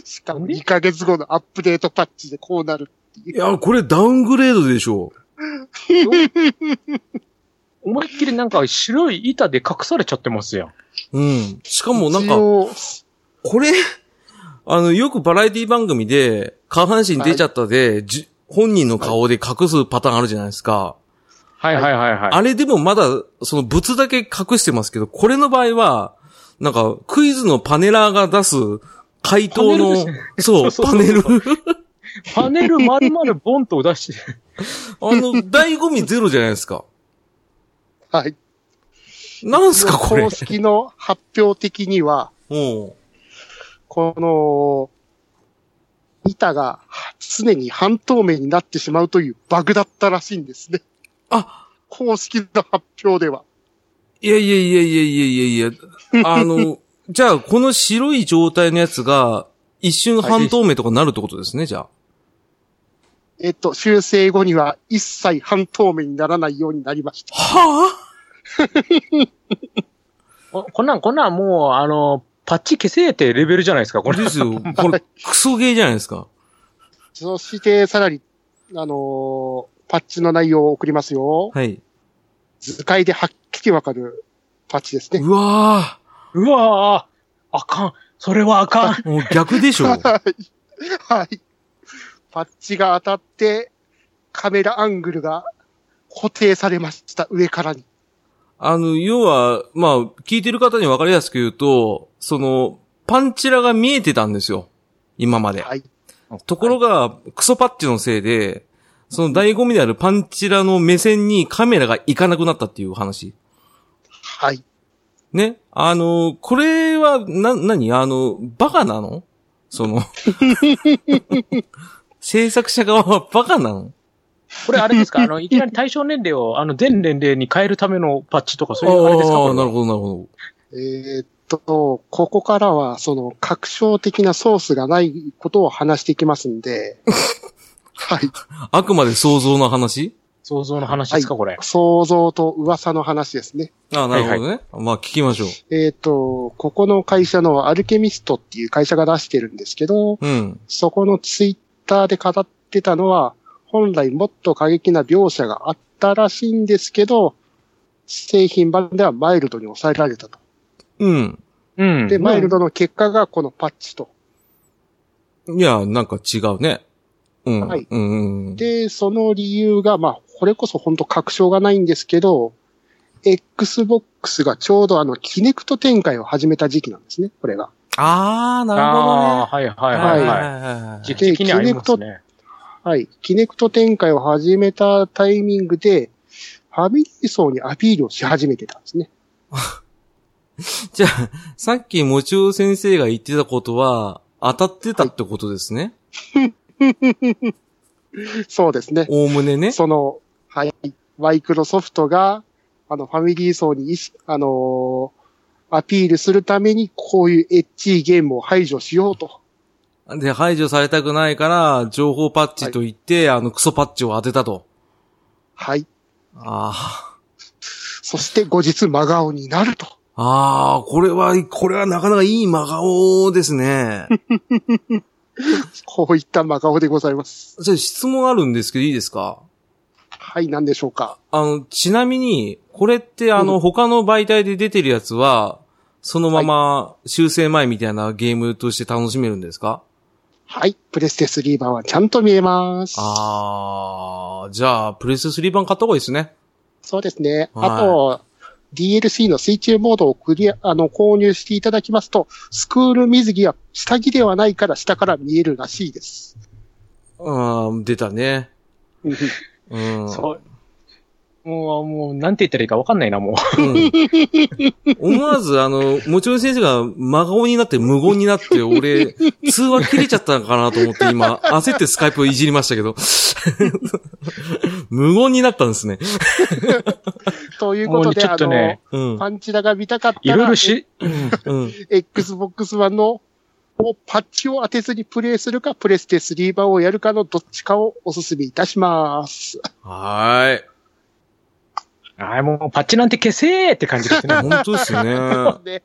[SPEAKER 1] しかも2ヶ月後のアップデートパッチでこうなる。
[SPEAKER 2] いや、これダウングレードでしょ
[SPEAKER 3] 思いっきりなんか白い板で隠されちゃってますやん。
[SPEAKER 2] う。うん。しかもなん
[SPEAKER 1] 一
[SPEAKER 2] か、
[SPEAKER 1] 応
[SPEAKER 2] これ、あの、よくバラエティ番組で、下半身出ちゃったで、じゅ本人の顔で隠すパターンあるじゃないですか。
[SPEAKER 3] はいはいはいはい。
[SPEAKER 2] あれでもまだ、そのブツだけ隠してますけど、これの場合は、なんか、クイズのパネラーが出す、回答
[SPEAKER 3] パネルで
[SPEAKER 2] の
[SPEAKER 3] すね、
[SPEAKER 2] そう、
[SPEAKER 3] そう
[SPEAKER 2] パ
[SPEAKER 3] そう
[SPEAKER 2] ネ
[SPEAKER 3] そ
[SPEAKER 2] ル
[SPEAKER 3] う。パネル丸々ボンと出して、
[SPEAKER 2] あの、醍醐味ゼロじゃないですか。
[SPEAKER 1] はい。
[SPEAKER 2] なんすか、これ
[SPEAKER 1] 公。式の発表的には、
[SPEAKER 2] うん。
[SPEAKER 1] この、板が常に半透明になってしまうというバグだったらしいんですね。
[SPEAKER 2] あ、
[SPEAKER 1] 公式の発表では。
[SPEAKER 2] いやいやいやいやいやいやいや、あの、 じゃあ、この白い状態のやつが、一瞬半透明とかなるってことですね、じゃあ。
[SPEAKER 1] えっと、修正後には一切半透明にならないようになりました。
[SPEAKER 2] はあ
[SPEAKER 3] おこんなん、こんなんもう、あの、パッチ消せってレベルじゃないですか、これ。
[SPEAKER 2] ですよ。これ、クソゲーじゃないですか。
[SPEAKER 1] そして、さらに、あのーパッチの内容を送りますよ。
[SPEAKER 2] はい。
[SPEAKER 1] 図解ではっきりわかるパッチですね。
[SPEAKER 2] うわ
[SPEAKER 3] うわぁ、あかん。それはあかん。
[SPEAKER 2] ぁ、もう逆でし ょ。
[SPEAKER 1] はい。パッチが当たって、カメラアングルが固定されました、上からに。
[SPEAKER 2] あの、要は、まあ、聞いてる方に分かりやすく言うと、その、パンチラが見えてたんですよ。今まで。
[SPEAKER 1] はい。
[SPEAKER 2] ところが、クソパッチのせいで、その醍醐味であるパンチラの目線にカメラがいかなくなったっていう話。
[SPEAKER 1] はい。
[SPEAKER 2] ね。あの、これは、な、なにあの、バカなのそ の、制作者側はバカなの
[SPEAKER 3] これあれです かあの、いきなり対象年齢を、あの、全年齢に変えるためのパッチとか、そういうあれですか
[SPEAKER 2] あ
[SPEAKER 3] こ
[SPEAKER 2] あ、
[SPEAKER 3] れ
[SPEAKER 2] な
[SPEAKER 3] は
[SPEAKER 2] るほど、なるほ
[SPEAKER 1] えーっと、ここからは、その、確証的なソースがないことを話していきますんで、はい。
[SPEAKER 2] ど。あくまで想像の話
[SPEAKER 3] 想像の話ですか、これ。
[SPEAKER 1] 想像と噂の話ですね。
[SPEAKER 2] ああ、なるほどね。
[SPEAKER 3] は
[SPEAKER 2] まあ、聞きましょ
[SPEAKER 1] えーっと、ここの会社のアルケミストっていう会社が出してるんですけど、
[SPEAKER 2] う。うん。
[SPEAKER 1] そこのツイッターで語ってたのは、本来もっと過激な描写があったらしいんですけど、製品版ではマイルドに抑えられたと。
[SPEAKER 2] うん。
[SPEAKER 3] うん。
[SPEAKER 1] で、マイルドの結果がこのパッチと。
[SPEAKER 2] いや、なんか違うね。うん。
[SPEAKER 1] はい
[SPEAKER 2] うんうんうん。
[SPEAKER 1] で、その理由が、まあ、これこそ本当確証がないんですけど、Xbox がちょうどあの、キネクト展開を始めた時期なんですね、これが。
[SPEAKER 2] ああ、なるほど
[SPEAKER 3] あ
[SPEAKER 2] ね。
[SPEAKER 3] あ、はいはいはいはい。
[SPEAKER 2] はい
[SPEAKER 3] 時期的にありますね。
[SPEAKER 1] はい。キネクト展開を始めたタイミングで、ファミリー層にアピールをし始めてたんですね。
[SPEAKER 2] じゃあ、さっきもちお先生が言ってたことは、当たってたってことですね。
[SPEAKER 1] そうですね。
[SPEAKER 2] おおむねね。
[SPEAKER 1] その、はい。マイクロソフトが、あの、ファミリー層に意識、あのーアピールするために、こういうエッチいゲームを排除しようと。
[SPEAKER 2] で、排除されたくないから、情報パッチと言って、あの、クソパッチを当てたと。
[SPEAKER 1] はい。
[SPEAKER 2] あ
[SPEAKER 1] そして、後日、真顔になると。
[SPEAKER 2] あ。ああ、これは、これはなかなかいい真顔で すね。
[SPEAKER 1] こういった真顔でございます。
[SPEAKER 2] じゃあ質問あるんですけどいいですか
[SPEAKER 1] はい、何でしょうか。
[SPEAKER 2] あの、ちなみに、これってあの、他の媒体で出てるやつは、そのまま修正前みたいなゲームとして楽しめるんですか
[SPEAKER 1] はい、プレステ3版はちゃんと見えます。
[SPEAKER 2] あー、じゃあ、プレステ3版買った方がいいですね。
[SPEAKER 1] そうですね。
[SPEAKER 2] はい
[SPEAKER 1] あと、DLC の水中モードをクリア、あの、購入していただきますと、スクール水着は下着ではないから下から見えるらしいです。
[SPEAKER 2] うん、出たね。
[SPEAKER 1] うん
[SPEAKER 2] うん。
[SPEAKER 3] そう。もう、もう、なんて言ったらいいかわかんないな、もう。
[SPEAKER 2] うん思わず、あの、もちろん先生が真顔になって無言になって、俺、通話切れちゃったのかなと思って今、焦ってスカイプをいじりましたけ ど。無言になったんですね。
[SPEAKER 1] という
[SPEAKER 3] も
[SPEAKER 1] こと
[SPEAKER 3] うね
[SPEAKER 1] で、
[SPEAKER 3] ちょっとね、
[SPEAKER 2] うん
[SPEAKER 1] あの、。パンチラが見たかった
[SPEAKER 3] い
[SPEAKER 1] ら、
[SPEAKER 3] ろいろし、
[SPEAKER 2] うん。
[SPEAKER 1] え Xbox One のをパッチを当てずにプレイするか、プレステ3版をやるかのどっちかをお勧めいたします。
[SPEAKER 2] はーい。
[SPEAKER 3] ああ、もうパッチなんて消せーって感じです ね。
[SPEAKER 2] 本当ですね。
[SPEAKER 1] ね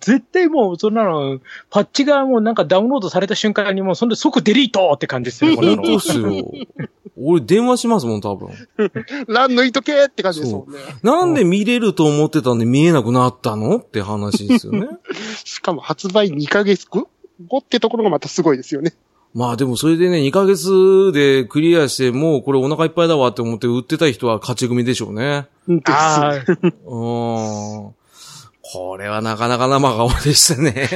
[SPEAKER 3] 絶対もう、そんなの、パッチがもうなんかダウンロードされた瞬間にもう、そんで即デリートって感じですよ、こんな
[SPEAKER 2] 本
[SPEAKER 3] の
[SPEAKER 2] 当っすよ。俺電話しますもん、多分。
[SPEAKER 1] ラン抜いとけって感じですもんね。
[SPEAKER 2] なんで見れると思ってたんで見えなくなったのって話ですよ ね。
[SPEAKER 1] しかも発売2ヶ月後ってところがまたすごいですよね。
[SPEAKER 2] まあでもそれでね、2ヶ月でクリアして、もうこれお腹いっぱいだわって思って売ってた人は勝ち組でしょうね。
[SPEAKER 1] うんです
[SPEAKER 3] ああ、
[SPEAKER 2] うーん。これはなかなか生顔でしたね。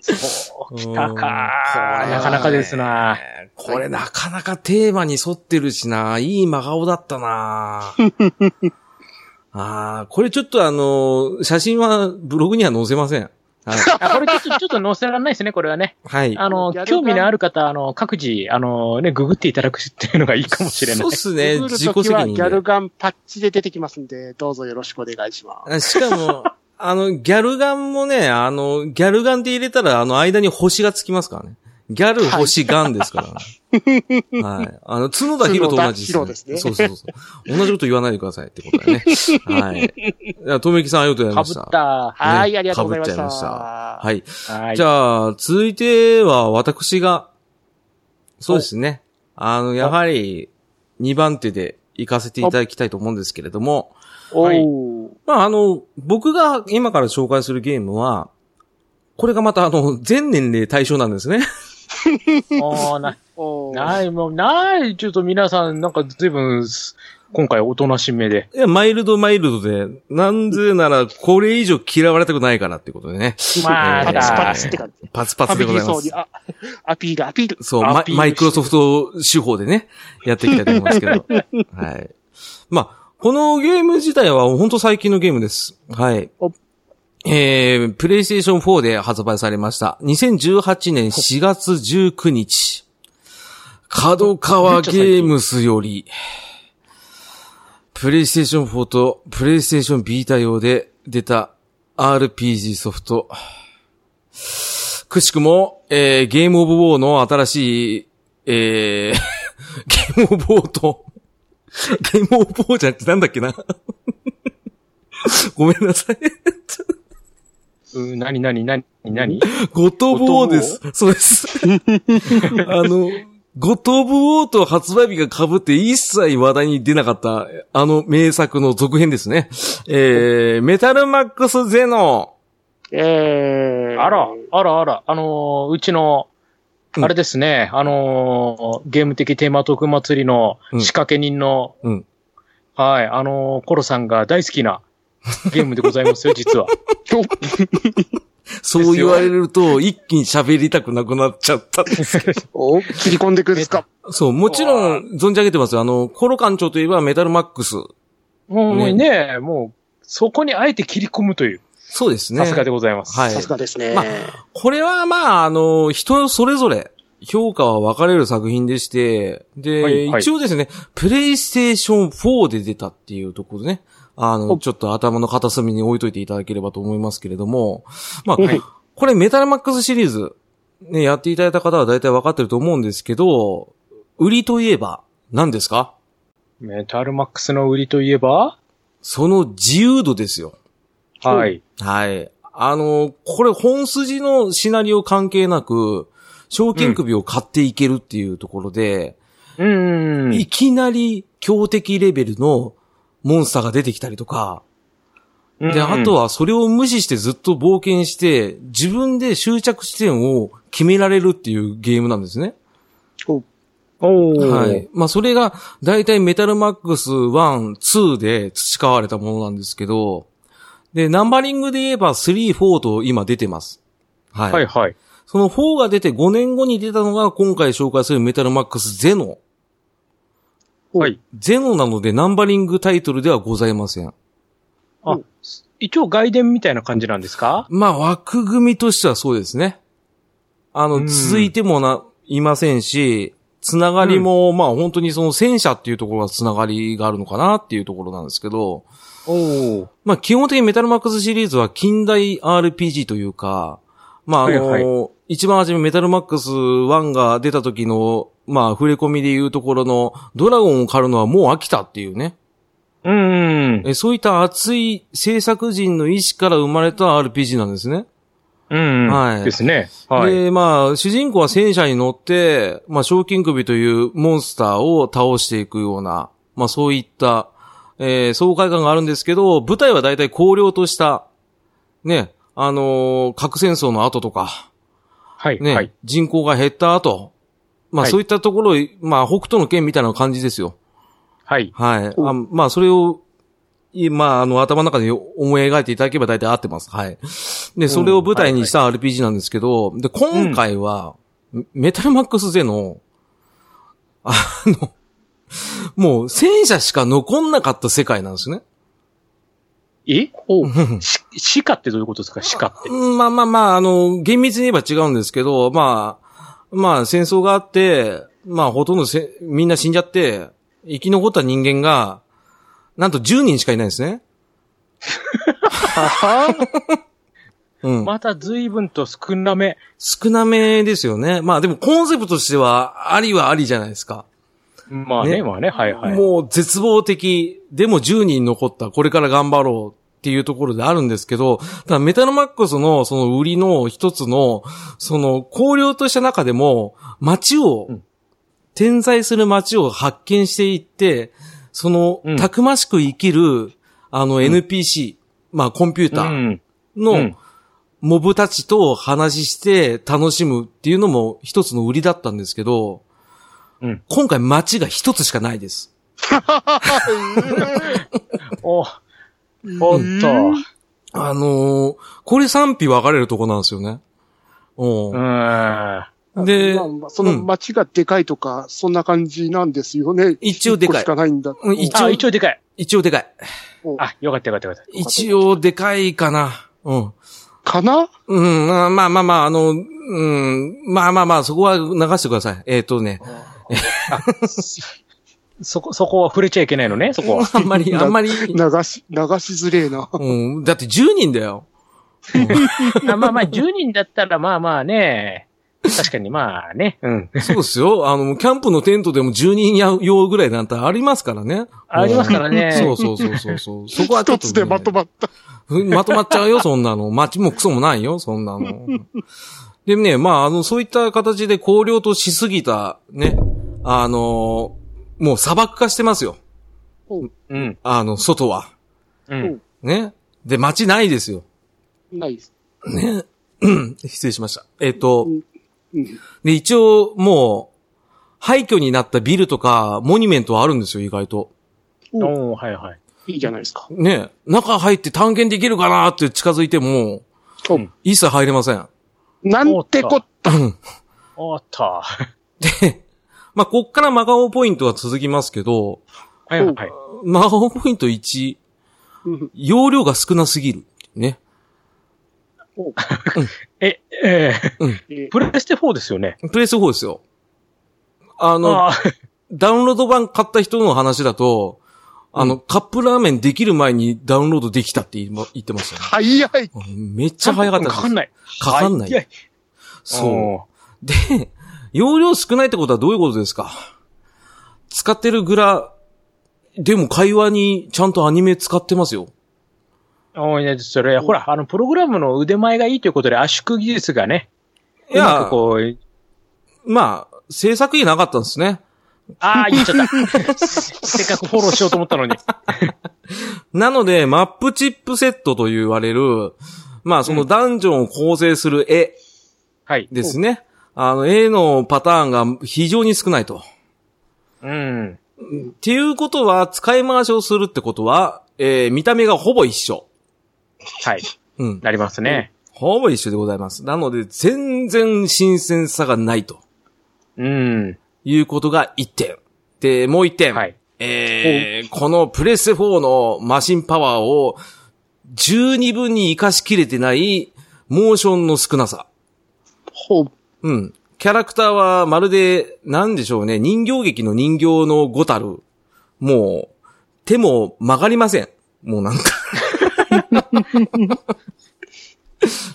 [SPEAKER 3] そう、来た
[SPEAKER 2] う
[SPEAKER 3] か
[SPEAKER 2] ん
[SPEAKER 3] ー。なかなかですな。
[SPEAKER 2] これなかなかテーマに沿ってるしな、いい真顔だったな。 ああ、これちょっとあの、写真はブログには載せません。はい。
[SPEAKER 3] あこれちょっと、ちょっと載せられないですね、これはね。
[SPEAKER 2] はい。
[SPEAKER 3] あの
[SPEAKER 1] や、るか
[SPEAKER 3] 興味のある方、あの、各自、あの、ね、ググっていただくっていうのがいいかもしれない
[SPEAKER 2] そうっ。すね。
[SPEAKER 1] 作る
[SPEAKER 2] 自
[SPEAKER 1] と
[SPEAKER 2] 己
[SPEAKER 1] き
[SPEAKER 2] 責
[SPEAKER 1] は
[SPEAKER 2] 任
[SPEAKER 1] ギャル
[SPEAKER 2] で。
[SPEAKER 1] ガンパッチで出てきますんで、どうぞよろしくお願いします。
[SPEAKER 2] あしかも、 あの、ギャルガンもね、あの、ギャルガンで入れたら、あの、間に星がつきますからね。ギャル、星、ガンで すからね。はい。あの、角田博と同じ
[SPEAKER 1] 角田博ですね
[SPEAKER 2] そうそうそう。同じこと言わないでくださいってことだよね。はい。じゃあ、とめきさんありがとうございま
[SPEAKER 3] かぶ
[SPEAKER 2] し。
[SPEAKER 3] ったた。
[SPEAKER 1] はい、
[SPEAKER 2] ね
[SPEAKER 1] ありがとうございました。
[SPEAKER 2] 被っちゃいまはい。
[SPEAKER 3] はい。
[SPEAKER 2] じゃあ、続いては私が、そうですね。あの、やはり、2番手で行かせていただきたいと思うんですけれども、
[SPEAKER 1] おー。
[SPEAKER 2] まあ、あの、僕が今から紹介するゲームは、これがまたあの、全年齢対象なんですね。
[SPEAKER 3] もうな、
[SPEAKER 1] おー
[SPEAKER 3] ない、もう、ない、ちょっと皆さん、なんか、ずいぶん、今回おとなしめで。
[SPEAKER 2] いや、マイルドマイルドで、なんでなら、これ以上嫌われたくないからってことでね。
[SPEAKER 3] まあ
[SPEAKER 1] パ
[SPEAKER 2] えー
[SPEAKER 1] チパチって感じ。
[SPEAKER 2] パツパ
[SPEAKER 1] ア
[SPEAKER 2] ツで
[SPEAKER 1] ピ
[SPEAKER 2] ご
[SPEAKER 1] ー
[SPEAKER 2] ざ
[SPEAKER 1] ル
[SPEAKER 2] いま
[SPEAKER 1] そう
[SPEAKER 2] す
[SPEAKER 1] に、。あ、アピール、アピール。
[SPEAKER 2] そう、
[SPEAKER 3] ア
[SPEAKER 2] マ
[SPEAKER 3] ピールして
[SPEAKER 2] マイクロソフト手法でね、やっていきたいと思いますけど。 はい。まあ、このゲーム自体は本当最近のゲームです。はい
[SPEAKER 1] お。
[SPEAKER 2] えー、プレイステーション4で発売されました。2018年4月19日。角川ゲームスより、プレイステーション4とプレイステーション B 対応で出た RPG ソフト。くしくも、えー、ゲームオブウォーの新しい、え ー、ゲームオブウォーと、ゲームオブウォーじゃなくてなんだっけな。 ごめんなさい。
[SPEAKER 3] うん、なになになになに
[SPEAKER 2] ゴッドオブウォーです。そうです。 あの、ゴッドオブウォーと発売日が被って一切話題に出なかった、あの名作の続編ですね。えー、メタルマックスゼノ
[SPEAKER 1] えー。
[SPEAKER 3] あら、あらあら、あのーうちの、
[SPEAKER 2] うん
[SPEAKER 3] あれですね、あのーゲーム的テーマ特祭りの
[SPEAKER 2] うん
[SPEAKER 3] 仕掛け人の、
[SPEAKER 2] うん
[SPEAKER 3] はい、あのーコロさんが大好きなゲームでござい ますよ、実は。
[SPEAKER 2] そう言われると、一気に喋りたくなくなっちゃった んですけど。
[SPEAKER 1] お切り込んでくんですか
[SPEAKER 2] そう、もちろん、存じ上げてますよ。あの、コロ館長といえばメタルマックス。
[SPEAKER 3] もう
[SPEAKER 2] ね
[SPEAKER 3] ねもう、そこにあえて切り込むという、
[SPEAKER 2] そうですね。
[SPEAKER 3] さすがでございます。
[SPEAKER 2] はい
[SPEAKER 1] さすがですね。
[SPEAKER 2] まこれは、まあ、あの、人それぞれ、評価は分かれる作品でして、で、
[SPEAKER 3] はいはい
[SPEAKER 2] 一応ですね、プレイステーション4で出たっていうところでね、あの、
[SPEAKER 1] お
[SPEAKER 2] ちょっと頭の片隅に置いといていただければと思いますけれども、まあ、
[SPEAKER 1] はい
[SPEAKER 2] これメタルマックスシリーズ、ね、やっていただいた方は大体分かってると思うんですけど、売りといえば、何ですか
[SPEAKER 3] メタルマックスの売りといえば、
[SPEAKER 2] その自由度ですよ。
[SPEAKER 3] はい。
[SPEAKER 2] はい。あの、これ本筋のシナリオ関係なく、賞金首を買っていけるっていうところで、
[SPEAKER 3] うん。
[SPEAKER 2] いきなり強敵レベルのモンスターが出てきたりとか、で、あと
[SPEAKER 3] は、
[SPEAKER 2] はそれを無視してずっと冒険して、自分で終着地点を決められるっていうゲームなんですね。
[SPEAKER 3] おー
[SPEAKER 2] はい。。まあそれが、だいたいメタルマックス1、2で培われたものなんですけど、で、ナンバリングで言えば3、4と今出てます。はい。
[SPEAKER 3] はいはい。
[SPEAKER 2] その4が出て5年後に出たのが今回紹介するメタルマックスゼノ。
[SPEAKER 3] はい。
[SPEAKER 2] ゼノなのでナンバリングタイトルではございません。
[SPEAKER 3] あ、一応外伝みたいな感じなんですか
[SPEAKER 2] まあ枠組みとしてはそうですね。あ
[SPEAKER 3] う
[SPEAKER 2] の、
[SPEAKER 3] ん
[SPEAKER 2] 続いてもな、いませんし、つながりも、まあ本当にその戦車っていうところはつながりがあるのかなっていうところなんですけど、
[SPEAKER 3] おお。
[SPEAKER 2] まあ、基本的にメタルマックスシリーズは近代 RPG というか、まあ、あの、
[SPEAKER 3] はい
[SPEAKER 2] 一番初めメタルマックス1が出た時の、まあ、触れ込みで言うところの、ドラゴンを狩るのはもう飽きたっていうね。
[SPEAKER 3] うん。
[SPEAKER 2] えそういった熱い制作人の意志から生まれた RPG なんですね。
[SPEAKER 3] うん。
[SPEAKER 2] はい
[SPEAKER 3] ですね。はい。
[SPEAKER 2] で、まあ、主人公は戦車に乗って、まあ、賞金首というモンスターを倒していくような、まあ、そういった、えー爽快感があるんですけど、舞台は大体荒涼とした、ね、あのー核戦争の後とか、
[SPEAKER 3] はい。
[SPEAKER 2] ね、
[SPEAKER 3] はい。
[SPEAKER 2] 人口が減った後、まあ、
[SPEAKER 3] はい
[SPEAKER 2] そういったところ、まあ、北斗の剣みたいな感じですよ。
[SPEAKER 3] はい。
[SPEAKER 2] はい。
[SPEAKER 1] うん
[SPEAKER 2] あまあ、それを、いまあ、あの、頭の中で思い描いていただければ大体合ってます。はい。で、それを舞台にした RPG なんですけど、で、今回は、メタルマックスゼの、あの、もう戦車しか残んなかった世界なんですね。
[SPEAKER 3] えおし、しかってどういうことですかしかって。
[SPEAKER 2] うんまあまあまあ、あの、厳密に言えば違うんですけど、まあ、まあ戦争があって、まあほとんどせみんな死んじゃって、生き残った人間が、なんと10人しかいないんですね。うん。
[SPEAKER 3] また随分と少なめ。
[SPEAKER 2] 少なめですよね。まあでもコンセプトとしては、ありはありじゃないですか。
[SPEAKER 3] まあね、
[SPEAKER 2] ね
[SPEAKER 3] まあね、はいはい。
[SPEAKER 2] もう絶望的、でも10人残った、これから頑張ろうっていうところであるんですけど、ただメタルマックスのその売りの一つの、その荒涼とした中でも、街を、
[SPEAKER 3] うん
[SPEAKER 2] 点在する街を発見していって、その
[SPEAKER 3] うん、
[SPEAKER 2] たくましく生きる、あの NPC、まあコンピュータ
[SPEAKER 3] う
[SPEAKER 2] ー
[SPEAKER 3] ん。う
[SPEAKER 2] の
[SPEAKER 3] ん
[SPEAKER 2] モブたちと話して楽しむっていうのも一つの売りだったんですけど、
[SPEAKER 3] うん
[SPEAKER 2] 今回街が一つしかないです。
[SPEAKER 3] お、おっと。
[SPEAKER 2] あのーこれ賛否分かれるとこなんですよね。う
[SPEAKER 3] う。
[SPEAKER 2] んん。で
[SPEAKER 1] ま、あまあその街がでかいとか、そんな感じなんですよね。
[SPEAKER 2] 一応でかい
[SPEAKER 1] 一個しかないんだ。
[SPEAKER 2] うん一
[SPEAKER 3] あ、
[SPEAKER 2] 応
[SPEAKER 3] 一応でかい。
[SPEAKER 2] 一応でかい。
[SPEAKER 3] あ、よかったよかったよかっ
[SPEAKER 2] 一応でかいかな。うん。
[SPEAKER 1] かな
[SPEAKER 2] うん、まあまあまあまあ、あの、うん、まあまあまあ、そこは流してください。えっ、とね、
[SPEAKER 3] た。そこ、そこは触れちゃいけないのね、そこは。
[SPEAKER 2] あんまり、あんまり、
[SPEAKER 1] 流し、流しづれえな。
[SPEAKER 2] うん、だって10人だよ。
[SPEAKER 3] あまあまあ、10人だったら、まあまあね。確かにまあね。うん。
[SPEAKER 2] そうですよ。あの、キャンプのテントでも10人用ぐらいなんてありますからね。
[SPEAKER 3] ありますからね
[SPEAKER 2] うんそうそうそうそ うそう。そこはちょ
[SPEAKER 1] 一
[SPEAKER 2] っとね、
[SPEAKER 1] つでまとまった。
[SPEAKER 2] ふまとまっちゃうよ、 そんなの。街もクソもないよ、そんな の。でね、まあ、あの、そういった形で荒涼としすぎた、ね、あのーもう砂漠化してますよ。
[SPEAKER 3] うん。
[SPEAKER 2] あの、外は。
[SPEAKER 3] うん。
[SPEAKER 2] ね。で、街ないですよ。
[SPEAKER 1] ないです。
[SPEAKER 2] うん失礼しました。えっ、と
[SPEAKER 1] うんうん、
[SPEAKER 2] で、一応、もう、廃墟になったビルとか、モニュメントはあるんですよ、意外と。
[SPEAKER 3] おー、はいはい。
[SPEAKER 1] いいじゃないですか。
[SPEAKER 2] ね。中入って探検できるかなーって近づいても、
[SPEAKER 1] うん
[SPEAKER 2] 一切入れません。
[SPEAKER 1] なんてこった。
[SPEAKER 3] おっと。は
[SPEAKER 2] まあ、こっからマガオポイントは続きますけど、
[SPEAKER 3] いはいはい。
[SPEAKER 2] マガオポイント1、
[SPEAKER 1] うん
[SPEAKER 2] 容量が少なすぎる。ね。
[SPEAKER 3] え、え
[SPEAKER 1] え
[SPEAKER 3] ー、プレステ4ですよね。
[SPEAKER 2] プレイス4ですよ。あの、
[SPEAKER 3] あー
[SPEAKER 2] ダウンロード版買った人の話だと、あの、カップラーメンできる前にダウンロードできたって言いま言ってましたね。
[SPEAKER 1] 早い。
[SPEAKER 2] うんめっちゃ早かったです。
[SPEAKER 3] かかんない。
[SPEAKER 2] かかんない
[SPEAKER 3] やや
[SPEAKER 2] そう。
[SPEAKER 3] お
[SPEAKER 2] で、容量少ないってことはどういうことですか使ってるグラ、でも会話にちゃんとアニメ使ってますよ。
[SPEAKER 3] ー。おーいやそれ、ほら、あの、プログラムの腕前がいいということで圧縮技術がね、
[SPEAKER 2] いうや
[SPEAKER 3] まくこう、
[SPEAKER 2] まあ、制作費なかったんですね。
[SPEAKER 3] ああ、言っちゃった。 せっかくフォローしようと思ったのに。
[SPEAKER 2] なので、マップチップセットと言われる、まあそのダンジョンを構成する絵
[SPEAKER 3] はい。
[SPEAKER 2] ですね。あの、絵のパターンが非常に少ないと。
[SPEAKER 3] うん。
[SPEAKER 2] っていうことは、使い回しをするってことは、えー、見た目がほぼ一緒。
[SPEAKER 3] はい。
[SPEAKER 2] うん。
[SPEAKER 3] なりますね。
[SPEAKER 2] ほぼ一緒でございます。なので、全然新鮮さがないと
[SPEAKER 3] うん。
[SPEAKER 2] いうことが1点。で、もう1点。
[SPEAKER 3] はい。
[SPEAKER 2] えー、このプレステ4のマシンパワーを十二分に活かしきれてないモーションの少なさ。
[SPEAKER 1] ほう。
[SPEAKER 2] うん。キャラクターはまるで、なんでしょうね、人形劇の人形のごたる。もう、手も曲がりません。もうなんか。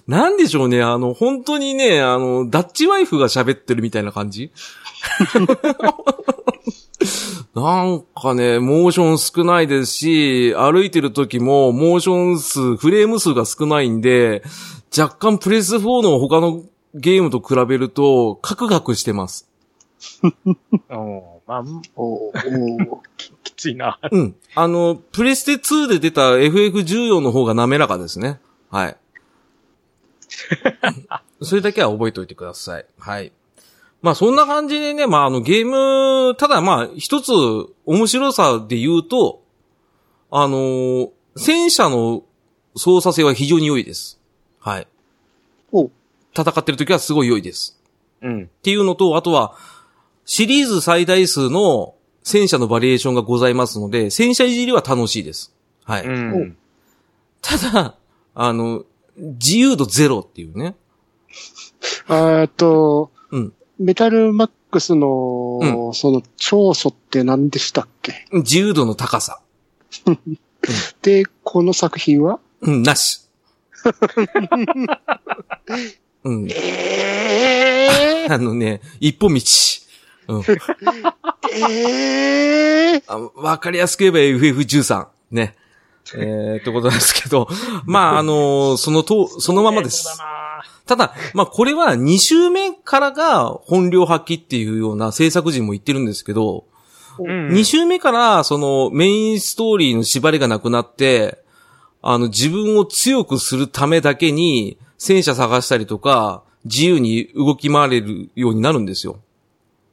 [SPEAKER 2] なんでしょうね、あの、本当にね、あの、ダッチワイフが喋ってるみたいな感じ なんかね、モーション少ないですし、歩いてる時も、モーション数、フレーム数が少ないんで、若干プレス4の他のゲームと比べると、カクカクしてます。
[SPEAKER 3] おーま
[SPEAKER 1] お
[SPEAKER 3] あ、
[SPEAKER 1] ーおー
[SPEAKER 3] きついな。
[SPEAKER 2] うん。あの、プレステ2で出た FF14 の方が滑らかですね。はい。それだけは覚えておいてください。はい。まあそんな感じでね、まああのゲーム、ただまあ一つ面白さで言うと、あのー戦車の操作性は非常に良いです。はい。
[SPEAKER 1] ほう。
[SPEAKER 2] 戦ってる時はすごい良いです。
[SPEAKER 3] うん。
[SPEAKER 2] っていうのと、あとは、シリーズ最大数の戦車のバリエーションがございますので、戦車いじりは楽しいです。はい。
[SPEAKER 3] うん。
[SPEAKER 2] ただ、あの、自由度ゼロっていうね。
[SPEAKER 1] えーっと、
[SPEAKER 2] うん。
[SPEAKER 1] メタルマックスの、
[SPEAKER 2] う
[SPEAKER 1] その長所って何でしたっけ
[SPEAKER 2] 自由度の高さ。
[SPEAKER 1] で、この作品は
[SPEAKER 2] うん、な し。うん。
[SPEAKER 1] え
[SPEAKER 2] あのね、一本道。うん。
[SPEAKER 1] ー、えー、
[SPEAKER 2] あわかりやすく言えば FF13。ね。えー、ってことなんですけど。まあ、あのそのと、そのままです。ただ、まあ、これは2周目からが本領発揮っていうような制作陣も言ってるんですけど、
[SPEAKER 3] うん。
[SPEAKER 2] 2周目からそのメインストーリーの縛りがなくなって、あの自分を強くするためだけに戦車探したりとか、自由に動き回れるようになるんですよ。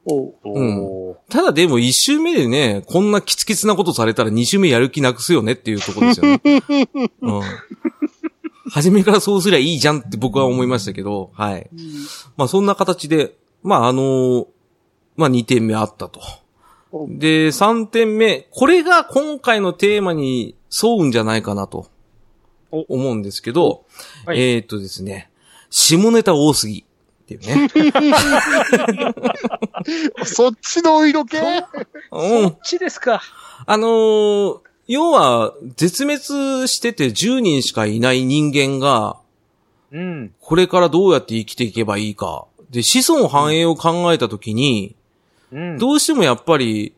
[SPEAKER 1] おう
[SPEAKER 3] おー
[SPEAKER 2] ただでも1周目でね、こんなキツキツなことされたら2周目やる気なくすよねっていうところです よね。うん。初めからそうすりゃいいじゃんって僕は思いましたけど、はい。まあそんな形で、まああのまあ2点目あったと。で、3点目、これが今回のテーマに沿うんじゃないかなと
[SPEAKER 3] お
[SPEAKER 2] 思うんですけど、
[SPEAKER 3] はい
[SPEAKER 2] えーっとですね、下ネタ多すぎっていう ね。
[SPEAKER 1] そっちのお色気
[SPEAKER 2] う
[SPEAKER 3] こ
[SPEAKER 2] ん
[SPEAKER 3] っ。ちですか。
[SPEAKER 2] あのー要は絶滅してて10人しかいない人間が、
[SPEAKER 3] うん。
[SPEAKER 2] これからどうやって生きていけばいいか。で、子孫繁栄を考えたときに、
[SPEAKER 3] うん。
[SPEAKER 2] どうしてもやっぱり、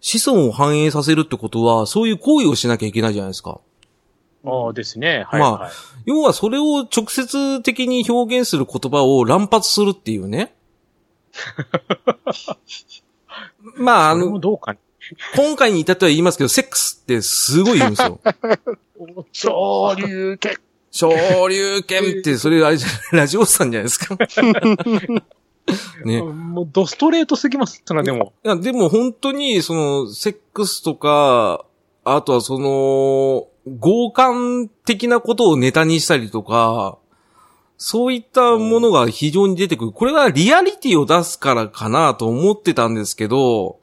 [SPEAKER 2] 子孫を繁栄させるってことは、そういう行為をしなきゃいけないじゃないですか。
[SPEAKER 3] ああですね。はい。
[SPEAKER 2] まあ
[SPEAKER 3] はい
[SPEAKER 2] 要はそれを直接的に表現する言葉を乱発するっていう ね。まあ、あ
[SPEAKER 3] これも
[SPEAKER 2] の、
[SPEAKER 3] どうかね。
[SPEAKER 2] 今回に至っては言いますけど、セックスってすごい言うんです
[SPEAKER 1] 上
[SPEAKER 2] よ。
[SPEAKER 1] 流結
[SPEAKER 2] 昇竜拳って、それあれじゃ、ラジオさんじゃない ですか。ね。
[SPEAKER 3] もうドストレートすぎますってな、でも。
[SPEAKER 2] いや、でも本当に、その、セックスとか、あとはその、強姦的なことをネタにしたりとか、そういったものが非常に出てくる。これはリアリティを出すからかなと思ってたんですけど、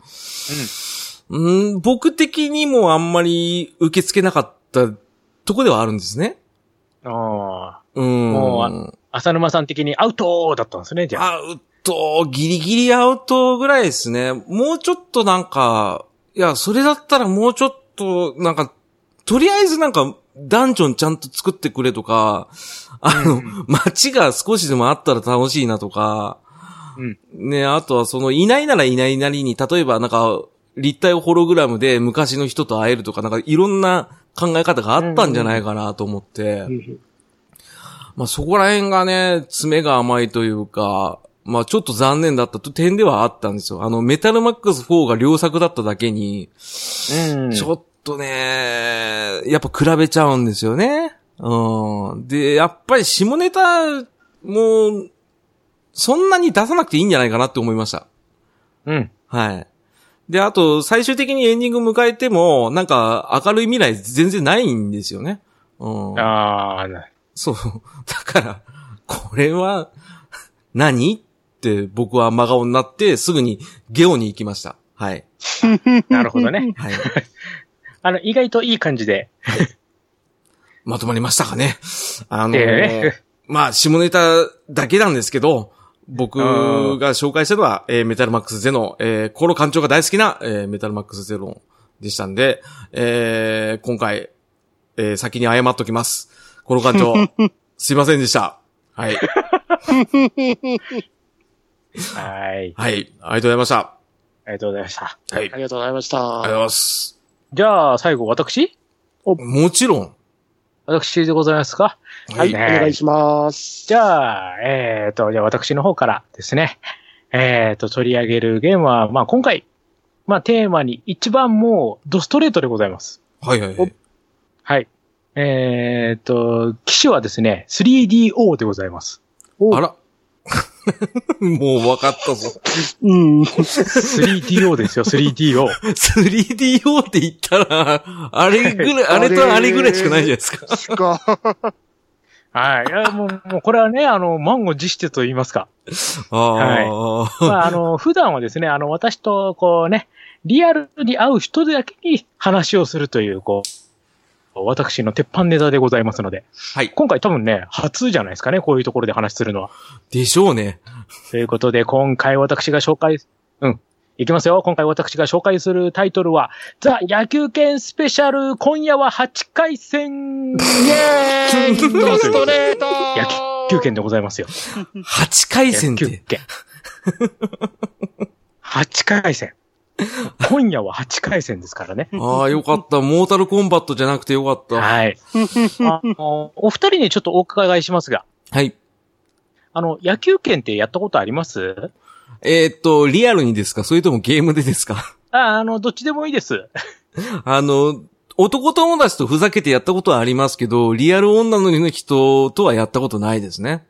[SPEAKER 2] うん、僕的にもあんまり受け付けなかったとこではあるんですね。
[SPEAKER 3] ああ。
[SPEAKER 2] うん。
[SPEAKER 3] も浅沼さん的にアウトーだったんですね、じゃあ。
[SPEAKER 2] アウト、ギリギリアウトぐらいですね。もうちょっとなんか、いや、それだったらもうちょっと、なんか、とりあえずなんか、ダンジョンちゃんと作ってくれとか、あの、街が少しでもあったら楽しいなとか、
[SPEAKER 3] うん
[SPEAKER 2] ね、あとはその、いないならいないなりに、例えばなんか、立体ホログラムで昔の人と会えるとか、なんかいろんな考え方があったんじゃないかなと思って、
[SPEAKER 1] うん
[SPEAKER 2] まあそこら辺がね、爪が甘いというか、まあちょっと残念だったと点ではあったんですよ。あの、メタルマックス4が良作だっただけに、
[SPEAKER 3] うん。
[SPEAKER 2] ちょっとね、やっぱ比べちゃうんですよね。うん。で、やっぱり下ネタ、もう、そんなに出さなくていいんじゃないかなって思いました。
[SPEAKER 3] うん。
[SPEAKER 2] はい。で、あと、最終的にエンディング迎えても、なんか、明るい未来全然ないんですよね。うん。
[SPEAKER 3] ああ、な
[SPEAKER 2] そう。 だから、これは何、って僕は真顔になって、すぐにゲオに行きました。はい。
[SPEAKER 3] なるほど ね。
[SPEAKER 2] はい。
[SPEAKER 3] あの、意外といい感じで。
[SPEAKER 2] まとまりましたかね。あの、
[SPEAKER 3] ええ
[SPEAKER 2] まあ、下ネタだけなんですけど、僕が紹介したのは、えーメタルマックスゼロ、えー、コロ館長が大好きな、えーメタルマックスゼロでしたんで、えー今回、えー先に謝っときます。コロ館長、 すいませんでした。はい。
[SPEAKER 3] はい。
[SPEAKER 2] はい。ありがとうございました。は
[SPEAKER 3] ありがとうございました。
[SPEAKER 2] い。ありが
[SPEAKER 1] あ
[SPEAKER 2] とう
[SPEAKER 1] りがとうございまし
[SPEAKER 2] ござ
[SPEAKER 1] た。
[SPEAKER 2] います。
[SPEAKER 3] じゃあ、最後、私
[SPEAKER 2] もちろん。
[SPEAKER 3] 私でございますか
[SPEAKER 1] はい、
[SPEAKER 3] ね
[SPEAKER 1] お願いします。
[SPEAKER 3] じゃあ、えっ、と、じゃあ私の方からですね。えっ、と、取り上げるゲームは、まあ今回、まあテーマに一番もうドストレートでございます。
[SPEAKER 2] はいはいはい。
[SPEAKER 3] はい。えっ、と、機種はですね、3DO でござい ます。
[SPEAKER 2] あら。 もう分かったぞ。
[SPEAKER 1] うん。
[SPEAKER 3] 3DO ですよ、3DO。
[SPEAKER 2] 3DO って言ったら、あれぐらい、あ
[SPEAKER 1] あれ
[SPEAKER 2] れとあれぐらいしかないじゃないですか。
[SPEAKER 1] しか、
[SPEAKER 3] はい。いや、もう、もうこれはね、あの、満を持してと言いますか。
[SPEAKER 2] ああ、
[SPEAKER 3] まあ、あの、普段はですね、あの、私と、こうね、リアルに会う人だけに話をするという、こう、私の鉄板ネタでございますので。
[SPEAKER 2] はい。
[SPEAKER 3] 今回多分ね、初じゃないですかね、こういうところで話するのは。
[SPEAKER 2] でしょうね。
[SPEAKER 3] ということで、今回私が紹介、うん。いきますよ。今回私が紹介するタイトルは、ザ・野球拳スペシャル、今夜は8回戦、
[SPEAKER 1] イェーイ
[SPEAKER 2] どうぞ
[SPEAKER 1] ドストレート
[SPEAKER 3] 野球拳でございますよ。
[SPEAKER 2] 8回戦っ
[SPEAKER 3] 野球
[SPEAKER 2] て。
[SPEAKER 3] 拳。8回戦。今夜は8回戦ですからね。
[SPEAKER 2] ああ、よかった。モータルコンバットじゃなくてよかった。
[SPEAKER 3] はい。あの、お二人にちょっとお伺いしますが、
[SPEAKER 2] はい。
[SPEAKER 3] あの、野球拳ってやったことあります
[SPEAKER 2] えーっと、リアルにですかそれともゲームでですか
[SPEAKER 3] あ、あの、どっちでもいいです。
[SPEAKER 2] あの、男友達とふざけてやったことはありますけど、リアル女の人とはやったことないですね。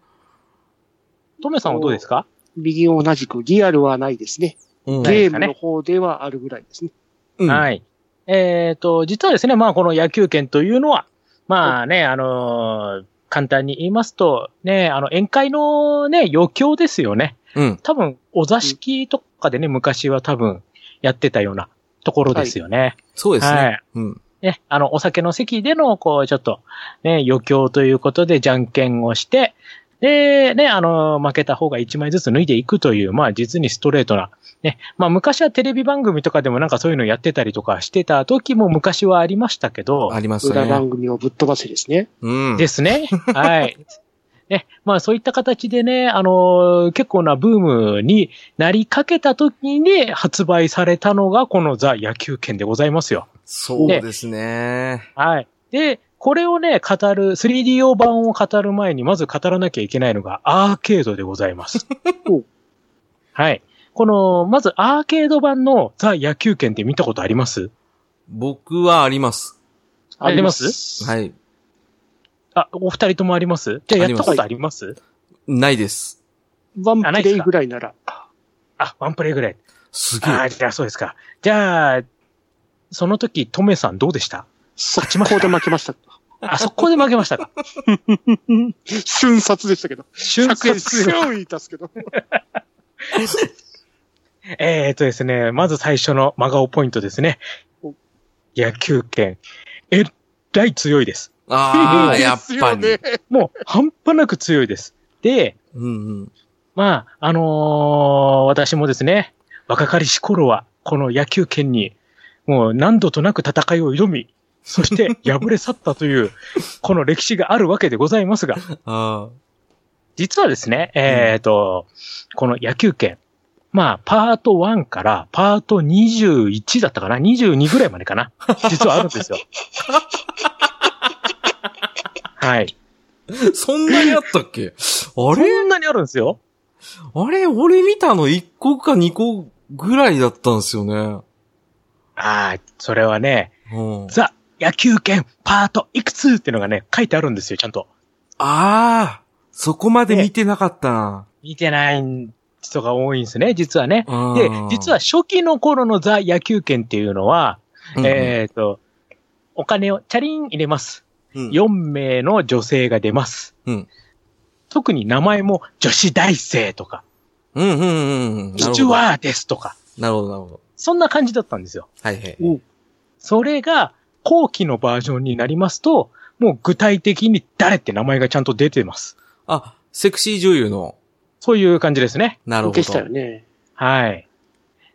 [SPEAKER 3] トメさんはどうですか
[SPEAKER 1] 右同じくリアルはないですね。
[SPEAKER 2] うん。
[SPEAKER 3] ない
[SPEAKER 1] ゲ
[SPEAKER 3] で
[SPEAKER 1] ー
[SPEAKER 3] すかね
[SPEAKER 1] ムの方ではあるぐらいですね。
[SPEAKER 2] うん
[SPEAKER 3] はい。えっ、と、実はですね、まあ、この野球券というのは、まあね、あのー簡単に言いますと、ね、あの、宴会のね、余興ですよね。
[SPEAKER 2] うん。
[SPEAKER 3] 多分、お座敷とかでね、昔は多分、やってたようなところですよね。
[SPEAKER 2] そうです
[SPEAKER 3] は
[SPEAKER 2] ね
[SPEAKER 3] い。
[SPEAKER 2] うん。
[SPEAKER 3] ね、あの、お酒の席での、こう、ちょっと、ね、余興ということで、じゃんけんをして、で、ね、あの、負けた方が1枚ずつ脱いでいくという、まあ、実にストレートな、ね、まあ、昔はテレビ番組とかでもなんかそういうのやってたりとかしてた時も昔はありましたけど、
[SPEAKER 2] ありました
[SPEAKER 1] 裏
[SPEAKER 2] ね。
[SPEAKER 1] 番組をぶっ飛ばせですね。
[SPEAKER 2] うん。
[SPEAKER 3] ですね。はい。 ね、まあそういった形でね、あの結構なブームになりかけた時に発売されたのがこのザ・野球券でございますよ。
[SPEAKER 2] そうですね。
[SPEAKER 3] はい。で、これをね、語る、3DO 版を語る前に、まず語らなきゃいけないのがアーケードでござ います
[SPEAKER 1] お。
[SPEAKER 3] はい。この、まずアーケード版のザ・野球拳って見たことあります
[SPEAKER 2] 僕はあります。
[SPEAKER 3] あります
[SPEAKER 1] い。
[SPEAKER 2] はい。
[SPEAKER 3] あ、お二人ともありますじゃあやったことあります
[SPEAKER 2] ないです。
[SPEAKER 1] ワンプレイぐらいなら。
[SPEAKER 3] あ、ワンプレイぐらい。
[SPEAKER 2] すげえ。
[SPEAKER 3] ああ、じゃあそうですか。じゃあ、その時、トメさんどうでした
[SPEAKER 1] そっちまで負けました。
[SPEAKER 3] あ、そこで負けました か
[SPEAKER 1] 瞬殺でしたけど。
[SPEAKER 3] 瞬
[SPEAKER 1] 瞬
[SPEAKER 3] 殺
[SPEAKER 1] 殺を言いたすけど。
[SPEAKER 3] えー、とですね、まず最初の真顔ポイントですね
[SPEAKER 1] お。
[SPEAKER 3] 野球拳。えらい強 いです。
[SPEAKER 2] ああ、やっ
[SPEAKER 1] です
[SPEAKER 2] ぱ
[SPEAKER 1] よ
[SPEAKER 2] り。
[SPEAKER 1] ね
[SPEAKER 3] もう半端なく強いです。で、
[SPEAKER 2] うんうん。
[SPEAKER 3] まあ、あのー私もですね、若かりし頃は、この野球拳に、もう何度となく戦いを挑み、そして敗れ去ったという、この歴史があるわけでございますが、
[SPEAKER 2] あ
[SPEAKER 3] 実はですね、えっ、と、この野球拳、まあ、パート1からパート21だったかな ?22 ぐらいまで かな実はあるんです よ。はい。
[SPEAKER 2] あ。そんなにあったっけあ
[SPEAKER 3] こ
[SPEAKER 2] れ
[SPEAKER 3] んなにあるんですよ。
[SPEAKER 2] あれ、俺見たの1個か2個ぐらいだったんですよね。
[SPEAKER 3] ああ、それはね、
[SPEAKER 2] うん。
[SPEAKER 3] ザ、野球券、パート、いくつっていうのがね、書いてあるんですよ、ちゃんと。
[SPEAKER 2] ああ、そこまで見てなかったな。
[SPEAKER 3] 見てない人が多いんですね、実はね。で
[SPEAKER 2] で、
[SPEAKER 3] 実は、初期の頃のザ野球券っていうのは、えっ、と、お金をチャリン入れます。
[SPEAKER 2] うん、
[SPEAKER 3] 4名の女性が出ます。
[SPEAKER 2] うん
[SPEAKER 3] 特に名前も女子大生とか、
[SPEAKER 2] うん、うん、うんうん。
[SPEAKER 3] スチュワーデスとか、
[SPEAKER 2] なるほど、なるほど。
[SPEAKER 3] そんな感じだったんですよ。
[SPEAKER 2] はいはい。
[SPEAKER 3] それが後期のバージョンになりますと、もう具体的に誰って名前がちゃんと出てます。
[SPEAKER 2] あ、セクシー女優の、
[SPEAKER 3] そういう感じですね。
[SPEAKER 2] なるほど。
[SPEAKER 1] でしたよね。
[SPEAKER 3] はい。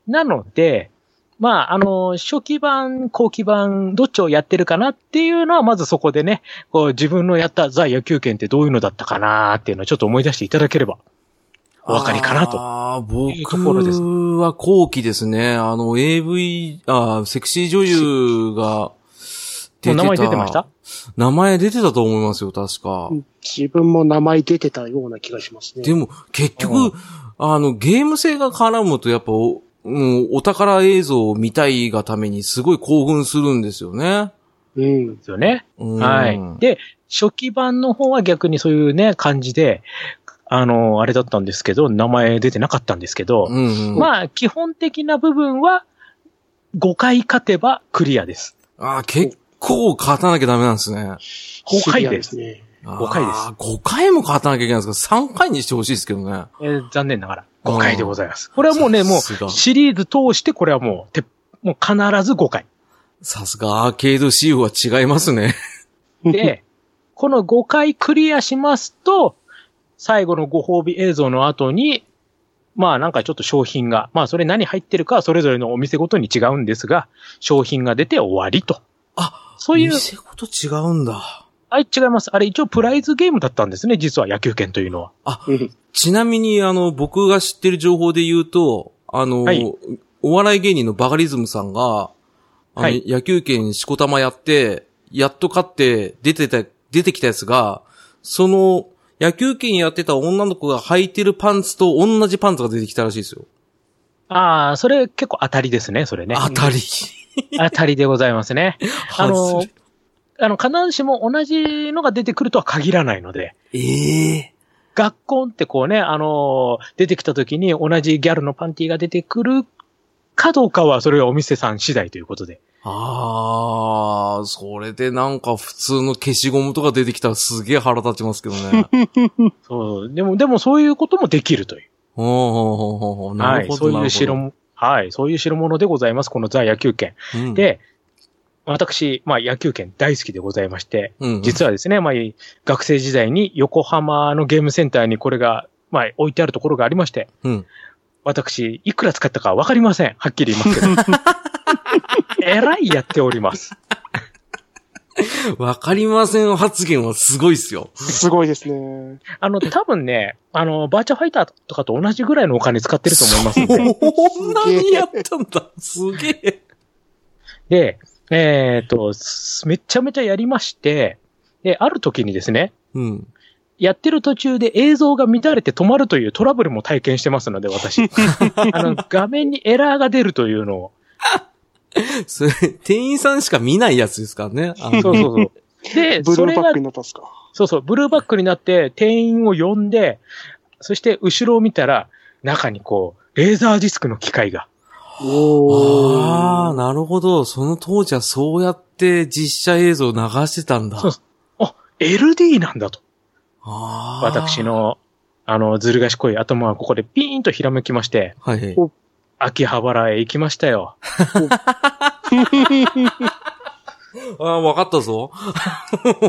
[SPEAKER 3] なので、まあ、あの、初期版、後期版、どっちをやってるかなっていうのは、まずそこでね、こう自分のやったザ・野球拳ってどういうのだったかなっていうのをちょっと思い出していただければ、お分かりかなと。
[SPEAKER 2] ああ、
[SPEAKER 3] いうところです
[SPEAKER 2] 僕は後期ですね。あの、AV、あーセクシー女優が出てた。
[SPEAKER 3] もう名前出てました
[SPEAKER 2] 名前出てたと思いますよ、確か。
[SPEAKER 1] 自分も名前出てたような気がしますね。
[SPEAKER 2] でも、結局、あの、ゲーム性が絡むと、やっぱお、うん、お宝映像を見たいがためにすごい興奮するんですよね。
[SPEAKER 1] うん。
[SPEAKER 3] ですよね。
[SPEAKER 2] うん
[SPEAKER 3] はい。で、初期版の方は逆にそういうね、感じで、あの、あれだったんですけど、名前出てなかったんですけど、
[SPEAKER 2] うん、うん。
[SPEAKER 3] まあ、基本的な部分は、5回勝てばクリアです。
[SPEAKER 2] あー、結構勝たなきゃダメなんですね。
[SPEAKER 1] シビアね。
[SPEAKER 2] 5
[SPEAKER 3] 回です
[SPEAKER 2] 5回も勝たなきゃいけないんですか ?3 回にしてほしいですけどね。
[SPEAKER 3] えー残念ながら、
[SPEAKER 2] うん
[SPEAKER 3] 5回でございます。これはもうね、も
[SPEAKER 2] さすが
[SPEAKER 3] う、シリーズ通して、これはもう、てもう必ず5回。
[SPEAKER 2] さすがアーケード仕様は違いますね。
[SPEAKER 3] で、この5回クリアしますと、最後のご褒美映像の後に、まあなんかちょっと商品が、まあそれ何入ってるかはそれぞれのお店ごとに違うんですが、商品が出て終わりと。
[SPEAKER 2] あ、
[SPEAKER 3] そういう、
[SPEAKER 2] 店ごと違うんだ。
[SPEAKER 3] あれ違います。あれ一応プライズゲームだったんですね、実は野球券というのは。
[SPEAKER 1] うん
[SPEAKER 2] ちなみに、あの、僕が知ってる情報で言うと、あの、
[SPEAKER 3] はい
[SPEAKER 2] お笑い芸人のバカリズムさんが、あの、
[SPEAKER 3] はい
[SPEAKER 2] 野球券しこたまやって、やっと勝って出てた、出てきたやつが、その、野球券やってた女の子が履いてるパンツと同じパンツが出てきたらしいですよ。
[SPEAKER 3] ああ、それ結構当たりですね、それね。
[SPEAKER 2] 当たり。
[SPEAKER 3] 当たりでございますね。 あの
[SPEAKER 2] 外れ、
[SPEAKER 3] あの、必ずしも同じのが出てくるとは限らないので。
[SPEAKER 2] ええ
[SPEAKER 3] 学校ってこうね、あのー出てきた時に同じギャルのパンティが出てくるかどうかは、それはお店さん次第ということで。
[SPEAKER 2] ああ、それでなんか普通の消しゴムとか出てきたらすげえ腹立ちますけど ね。
[SPEAKER 3] そう、でも、でもそういうこともできるという。
[SPEAKER 2] おーおーおーおーな
[SPEAKER 3] は
[SPEAKER 2] る
[SPEAKER 3] い、
[SPEAKER 2] ほ
[SPEAKER 3] そ
[SPEAKER 2] ど。
[SPEAKER 3] ういう代物、はい、そういう代物でございます、このザ野球券。
[SPEAKER 2] うん、
[SPEAKER 3] で、私、まあ野球券大好きでございまして、
[SPEAKER 2] うん、
[SPEAKER 3] 実はですね、まあ学生時代に横浜のゲームセンターにこれが、まあ置いてあるところがありまして、
[SPEAKER 2] うん。
[SPEAKER 3] 私、いくら使ったかわかりません。はっきり言いますけど。 えらいやっております。
[SPEAKER 2] わかりません発言はすごいっすよ。
[SPEAKER 1] すごいですね。
[SPEAKER 3] あの、多分ね、あの、バーチャファイターとかと同じぐらいのお金使ってると思いますんで。
[SPEAKER 2] そんなにやったんだ。すげえ。
[SPEAKER 3] で、えっ、と、すめちゃめちゃやりまして、で、ある時にですね、
[SPEAKER 2] うん。
[SPEAKER 3] やってる途中で映像が乱れて止まるというトラブルも体験してますので、私。あの、画面にエラーが出るというのを。
[SPEAKER 2] それ、店員さんしか見ないやつですからね。あの
[SPEAKER 3] そうそうそう。で、
[SPEAKER 1] ブ
[SPEAKER 3] そ
[SPEAKER 1] ルー
[SPEAKER 3] れ
[SPEAKER 1] バ
[SPEAKER 3] が
[SPEAKER 1] ックになったんすか。
[SPEAKER 3] そうそう、ブルーバックになって、店員を呼んで、そして後ろを見たら、中にこう、レーザーディスクの機械が。
[SPEAKER 1] お
[SPEAKER 2] ああ、
[SPEAKER 1] ー。
[SPEAKER 2] なるほど。その当時はそうやって実写映像を流してたんだ。
[SPEAKER 3] そうそう LD なんだと。
[SPEAKER 2] ああ。
[SPEAKER 3] 私。の、あの、ずる賢い頭はここでピーンとひらめきまして、
[SPEAKER 2] はいはい。
[SPEAKER 3] 秋葉原へ行きました よ。
[SPEAKER 2] ああ、わかったぞ。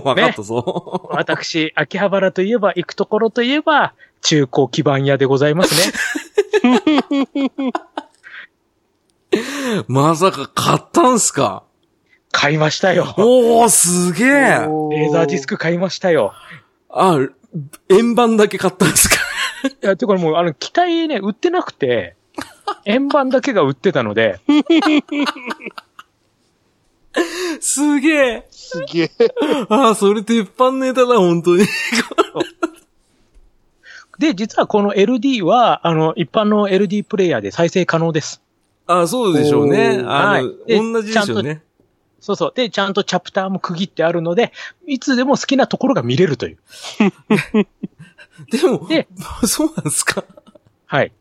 [SPEAKER 2] わかったぞ。
[SPEAKER 3] 私、秋葉原といえば、行くところといえば、中古基盤屋でございます ね。
[SPEAKER 2] まさか買ったんすか
[SPEAKER 3] 買いましたよ。
[SPEAKER 2] おー、すげえ
[SPEAKER 3] レーザーディスク買いましたよ。
[SPEAKER 2] あ、円盤だけ買ったんすか
[SPEAKER 3] いや、てかもう、あの、機体ね、売ってな くて、円盤だけが売ってたので、
[SPEAKER 2] すげえ
[SPEAKER 1] すげえ。
[SPEAKER 2] あー、それ鉄板ネタだ、本当に。
[SPEAKER 3] で、実はこの LD は、あの、一般の LD プレイヤーで再生可能です。
[SPEAKER 2] あ、そうでしょうね。
[SPEAKER 1] おー
[SPEAKER 2] あの、
[SPEAKER 3] はいで
[SPEAKER 2] 同じですよね。
[SPEAKER 3] そうそう。で、ちゃんとチャプターも区切ってあるので、いつでも好きなところが見れるという。
[SPEAKER 2] でも
[SPEAKER 3] で、
[SPEAKER 2] そうなんですか。
[SPEAKER 3] はい。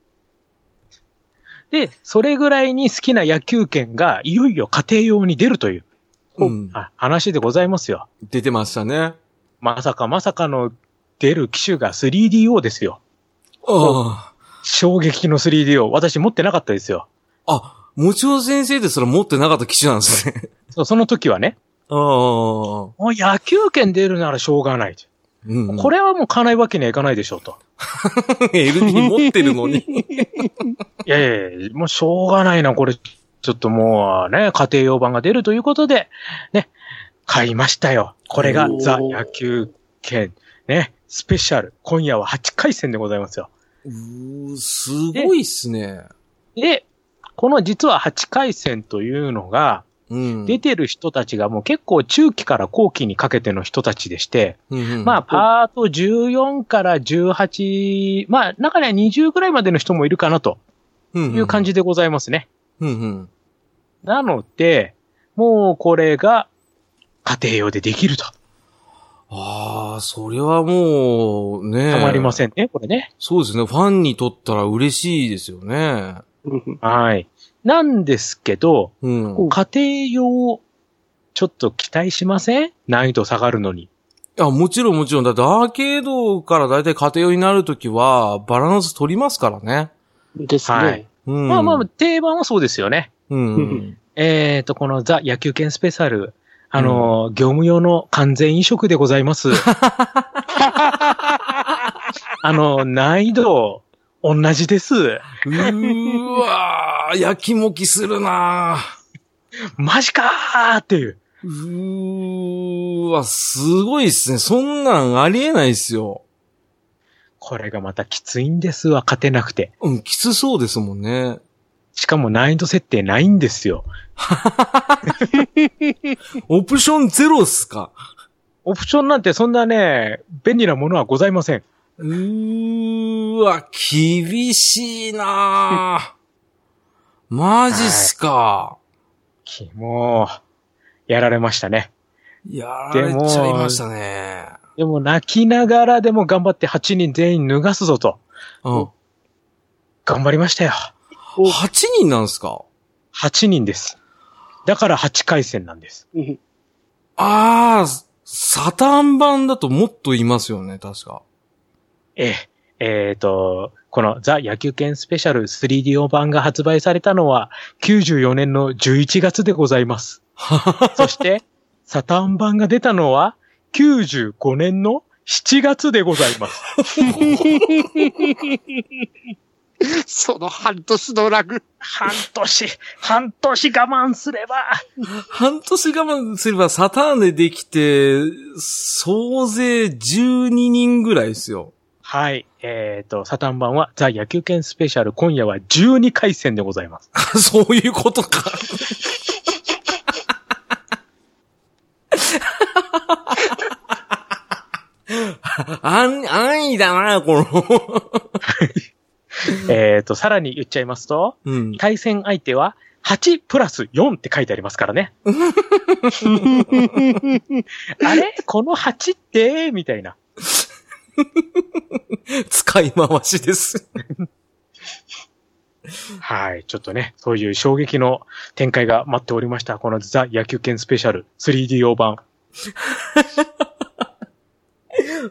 [SPEAKER 3] で、それぐらいに好きな野球券が、いよいよ家庭用に出るという、
[SPEAKER 2] うん。
[SPEAKER 3] あ話でございますよ。
[SPEAKER 2] 出てましたね。
[SPEAKER 3] まさかまさかの出る機種が 3DO ですよ。
[SPEAKER 2] あ
[SPEAKER 3] 衝撃の 3DO。私持ってなかったですよ。
[SPEAKER 2] あ。あ、もちろ先生ですら持ってなかった機種なんです ね。
[SPEAKER 3] そうその時はね、
[SPEAKER 2] ああ。う
[SPEAKER 3] もう野球券出るならしょうがない。
[SPEAKER 2] ん。
[SPEAKER 3] これはもう叶えわけにはいかないでしょうと。
[SPEAKER 2] LD 持ってるの に。
[SPEAKER 3] いやいやいや、もうしょうがないな、これ。ちょっともうね、家庭用版が出るということで、ね、買いましたよ。これが
[SPEAKER 1] おー
[SPEAKER 3] ザ野球券、ね、スペシャル。今夜は8回戦でございますよ。
[SPEAKER 2] うーすごいっすね。
[SPEAKER 3] で、この実は8回戦というのが、
[SPEAKER 2] うん。
[SPEAKER 3] 出てる人たちがもう結構中期から後期にかけての人たちでして、
[SPEAKER 2] うんうん
[SPEAKER 3] まあ、パート14から18、まあ、中には20ぐらいまでの人もいるかなと
[SPEAKER 2] うん
[SPEAKER 3] いう感
[SPEAKER 2] じ。
[SPEAKER 3] じでございますね。
[SPEAKER 2] うんうん。
[SPEAKER 3] なので、もうこれが家庭用でできると。
[SPEAKER 2] ああ、それはもう、ね
[SPEAKER 3] たまりま
[SPEAKER 2] ん。
[SPEAKER 3] せんね、これね。
[SPEAKER 2] そうですね。ファンにとったら嬉しいですよね。
[SPEAKER 1] うん
[SPEAKER 3] はい。なんですけど、
[SPEAKER 2] うん。
[SPEAKER 1] こ
[SPEAKER 3] 家庭用、ちょっと期待しません難易度下がるのに。
[SPEAKER 2] いや、もちろんもちろん。だってアーケードからだいたい家庭用になるときは、バランス取りますからね。
[SPEAKER 1] ですね。
[SPEAKER 3] はい
[SPEAKER 2] うん。
[SPEAKER 3] まあまあ、定番はそうですよね。
[SPEAKER 2] うん。
[SPEAKER 1] う
[SPEAKER 2] うん
[SPEAKER 1] ん。
[SPEAKER 3] えっ、と、このザ野球券スペシャル、あのー、業務用の完全飲食でござ います。あの、難易度、同じです。
[SPEAKER 2] うーわー、やきもきするな
[SPEAKER 3] マジかーっていう。
[SPEAKER 2] ーうーわ、すごいっすね。そんなんありえないっすよ。
[SPEAKER 3] これがまたきついんですわ、勝てなくて。
[SPEAKER 2] うん、きつそうですもんね。
[SPEAKER 3] しかも難易度設定ないんですよ。
[SPEAKER 2] オプションゼロっすか。
[SPEAKER 3] オプションなんてそんなね、便利なものはございません。
[SPEAKER 2] うーわ、厳しいなーマジっすか。
[SPEAKER 3] きもう、やられましたね。
[SPEAKER 2] やられちゃいましたね。
[SPEAKER 3] でも泣きながらでも頑張って8人全員脱がすぞと。
[SPEAKER 2] うん。
[SPEAKER 3] 頑張りましたよ。
[SPEAKER 1] お
[SPEAKER 2] 8人なんですか
[SPEAKER 3] 8人です。だから8回戦なんです。
[SPEAKER 1] うん
[SPEAKER 2] ああ、サターン版だともっといますよね、確か。
[SPEAKER 3] ええ。えっ、と、このザ野球券スペシャル 3DO 版が発売されたのは94年の11月でございます。そして、サターン版が出たのは95年の7月でございます。
[SPEAKER 1] その半年のラ グ。
[SPEAKER 3] 半年、半年我慢すれば、
[SPEAKER 2] 半年我慢すればサターンでできて、総勢12人ぐらいですよ。
[SPEAKER 3] はい。えっ、と、サタン版はザ野球券スペシャル今夜は12回戦でございます。
[SPEAKER 2] そういうことか。 安、安易だな、この。
[SPEAKER 3] えっと、さらに言っちゃいますと、
[SPEAKER 2] うん。
[SPEAKER 3] 対戦相手は8プラス4って書いてありますからね。あれこの8ってみたいな。
[SPEAKER 2] 使い回しです。
[SPEAKER 3] はい。ちょっとね、そういう衝撃の展開が待っておりました。このザ野球券スペシャル 3DO 版。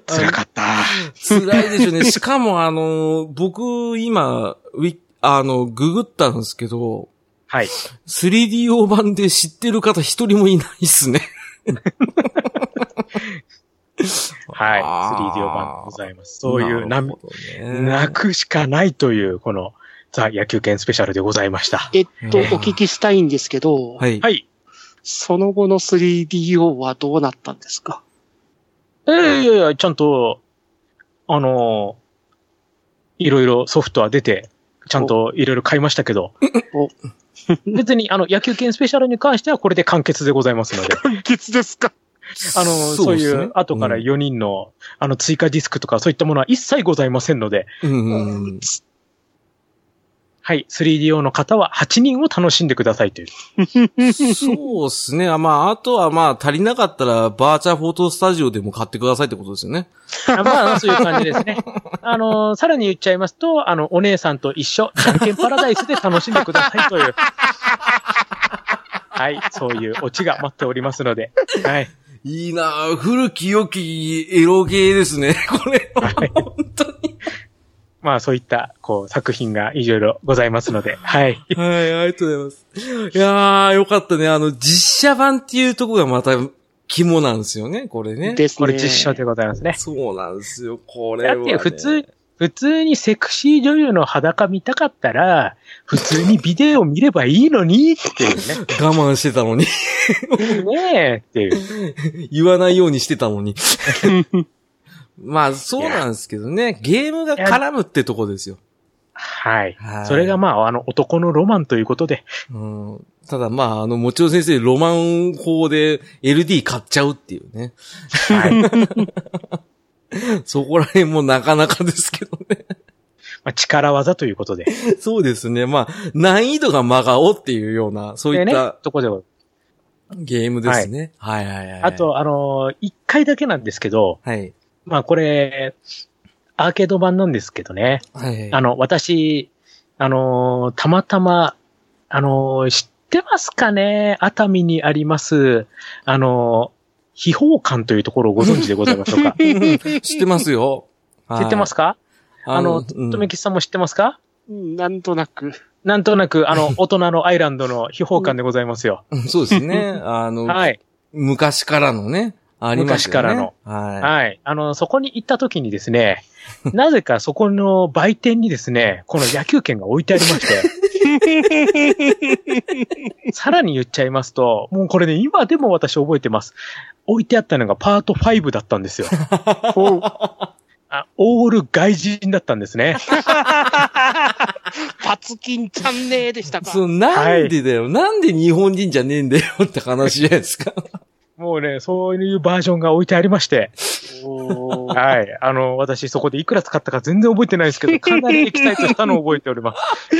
[SPEAKER 3] 辛かった。
[SPEAKER 2] 辛いでしょうね。 しかもあの、僕、今、ウィあの、ググったんですけど、
[SPEAKER 3] はい。
[SPEAKER 2] 3DO 版で知ってる方一人もいないっすね。
[SPEAKER 3] はい。
[SPEAKER 2] あー
[SPEAKER 3] 3DO 版でございます。 そういう
[SPEAKER 2] なる
[SPEAKER 3] な
[SPEAKER 2] ほどね
[SPEAKER 3] 泣くしかないという、この、ザ・野球券スペシャルでございました。
[SPEAKER 1] えっと、
[SPEAKER 2] うん
[SPEAKER 1] お聞きしたいんですけど、
[SPEAKER 2] はい。
[SPEAKER 3] はい。
[SPEAKER 1] その後の 3DO はどうなったんですか
[SPEAKER 3] えーいやいや、ちゃんと、あのーいろいろソフトは出て、ちゃんといろいろ買いましたけど
[SPEAKER 1] おお、
[SPEAKER 3] 別にあの野球券スペシャルに関してはこれで完結でございますので、
[SPEAKER 1] 完結ですか
[SPEAKER 3] あの、
[SPEAKER 2] そ
[SPEAKER 3] そうう
[SPEAKER 2] ですね
[SPEAKER 3] いう後から4人の、あの、追加ディスクとかそういったものは一切ございませんので、
[SPEAKER 2] うんうん。
[SPEAKER 3] はい、3DO の方は8人を楽しんでくださいという。
[SPEAKER 2] そうですね。あまあ、あとはまあ、足りなかったら、バーチャフォトスタジオでも買ってくださいってことですよね。
[SPEAKER 3] あまあ、そういう感じですね。あの、さらに言っちゃいますと、あの、お姉さんと一緒、じゃんけんパラダイスで楽しんでください という。はい、そういうオチが待っておりますので。はい。
[SPEAKER 2] いいなぁ古き良きエロゲーですね。 これは、
[SPEAKER 3] はい
[SPEAKER 2] 本当に。
[SPEAKER 3] まあ、そういった、こう、作品がいろいろございますので。はい。
[SPEAKER 2] はい、ありがとうございます。いやー、よかったね。あの、実写版っていうとこがまた肝なんですよね、これね。
[SPEAKER 1] ですね。
[SPEAKER 3] これ実証でございますね。
[SPEAKER 2] そうなんですよ、これ
[SPEAKER 3] だ
[SPEAKER 2] は、
[SPEAKER 3] っ
[SPEAKER 2] ね。
[SPEAKER 3] て普通、普通にセクシー女優の裸見たかったら、普通にビデオ見ればいいのにっていう
[SPEAKER 2] 我慢してたのに。
[SPEAKER 3] ね。ねえっていう。
[SPEAKER 2] 言わないようにしてたの に。まあ、そうなんですけどね。ゲームが絡むってとこですよ。
[SPEAKER 3] はい
[SPEAKER 2] は。い
[SPEAKER 3] それがまあ、あの、男のロマンということで。
[SPEAKER 2] うん、ただ、まあ、あの、もちろん先生、ロマン法で LD 買っちゃうっていうね。
[SPEAKER 3] はい。ま
[SPEAKER 2] そこら辺もなかなかですけどね。
[SPEAKER 3] あ、力技ということで。
[SPEAKER 2] そうですね。まあ、難易度が真顔っていうような、そうい
[SPEAKER 3] で
[SPEAKER 2] っ
[SPEAKER 3] ね
[SPEAKER 2] た、
[SPEAKER 3] とこでも。
[SPEAKER 2] ゲームですね。はい、はい、はいはい。
[SPEAKER 3] あ、と、あのー、一回だけなんですけど、
[SPEAKER 2] はい。
[SPEAKER 3] まあ、これ、アーケード版なんですけどね。
[SPEAKER 2] はい。
[SPEAKER 3] あの、私、あのーたまたま、あのー知ってますかね熱海にあります、あのー秘宝館というところをご存知でございましょ う か
[SPEAKER 2] 知ってますよ。はい
[SPEAKER 3] 知ってますかあの、
[SPEAKER 2] うん
[SPEAKER 3] とめきちさんも知ってますか
[SPEAKER 1] うんなんとな く。
[SPEAKER 3] なんとなく、あの、大人のアイランドの秘宝館でございますよ。
[SPEAKER 2] うんそうですね。あの、
[SPEAKER 3] はい。
[SPEAKER 2] 昔からのね。ありますよね。
[SPEAKER 3] 昔からの。
[SPEAKER 2] は
[SPEAKER 3] はい。あの、そこに行った時にですね、なぜかそこの売店にですね、この野球券が置いてありまして、さらに言っちゃいますと、もうこれね、今でも私覚えてます。置いてあったのがパート5だったんですよ。
[SPEAKER 1] ほう
[SPEAKER 3] あオール外人だったんですね。
[SPEAKER 1] パツキンチャンネルでした
[SPEAKER 2] い。
[SPEAKER 1] か。
[SPEAKER 2] そう、なんでだよ、なんで日本人じゃねえんだよって話じゃないです か。
[SPEAKER 3] もうね、そういうバージョンが置いてありまして、
[SPEAKER 1] おー
[SPEAKER 3] はい。あの、私そこでいくら使ったか全然覚えてないですけど、かなりエキサイトしたのを覚えております。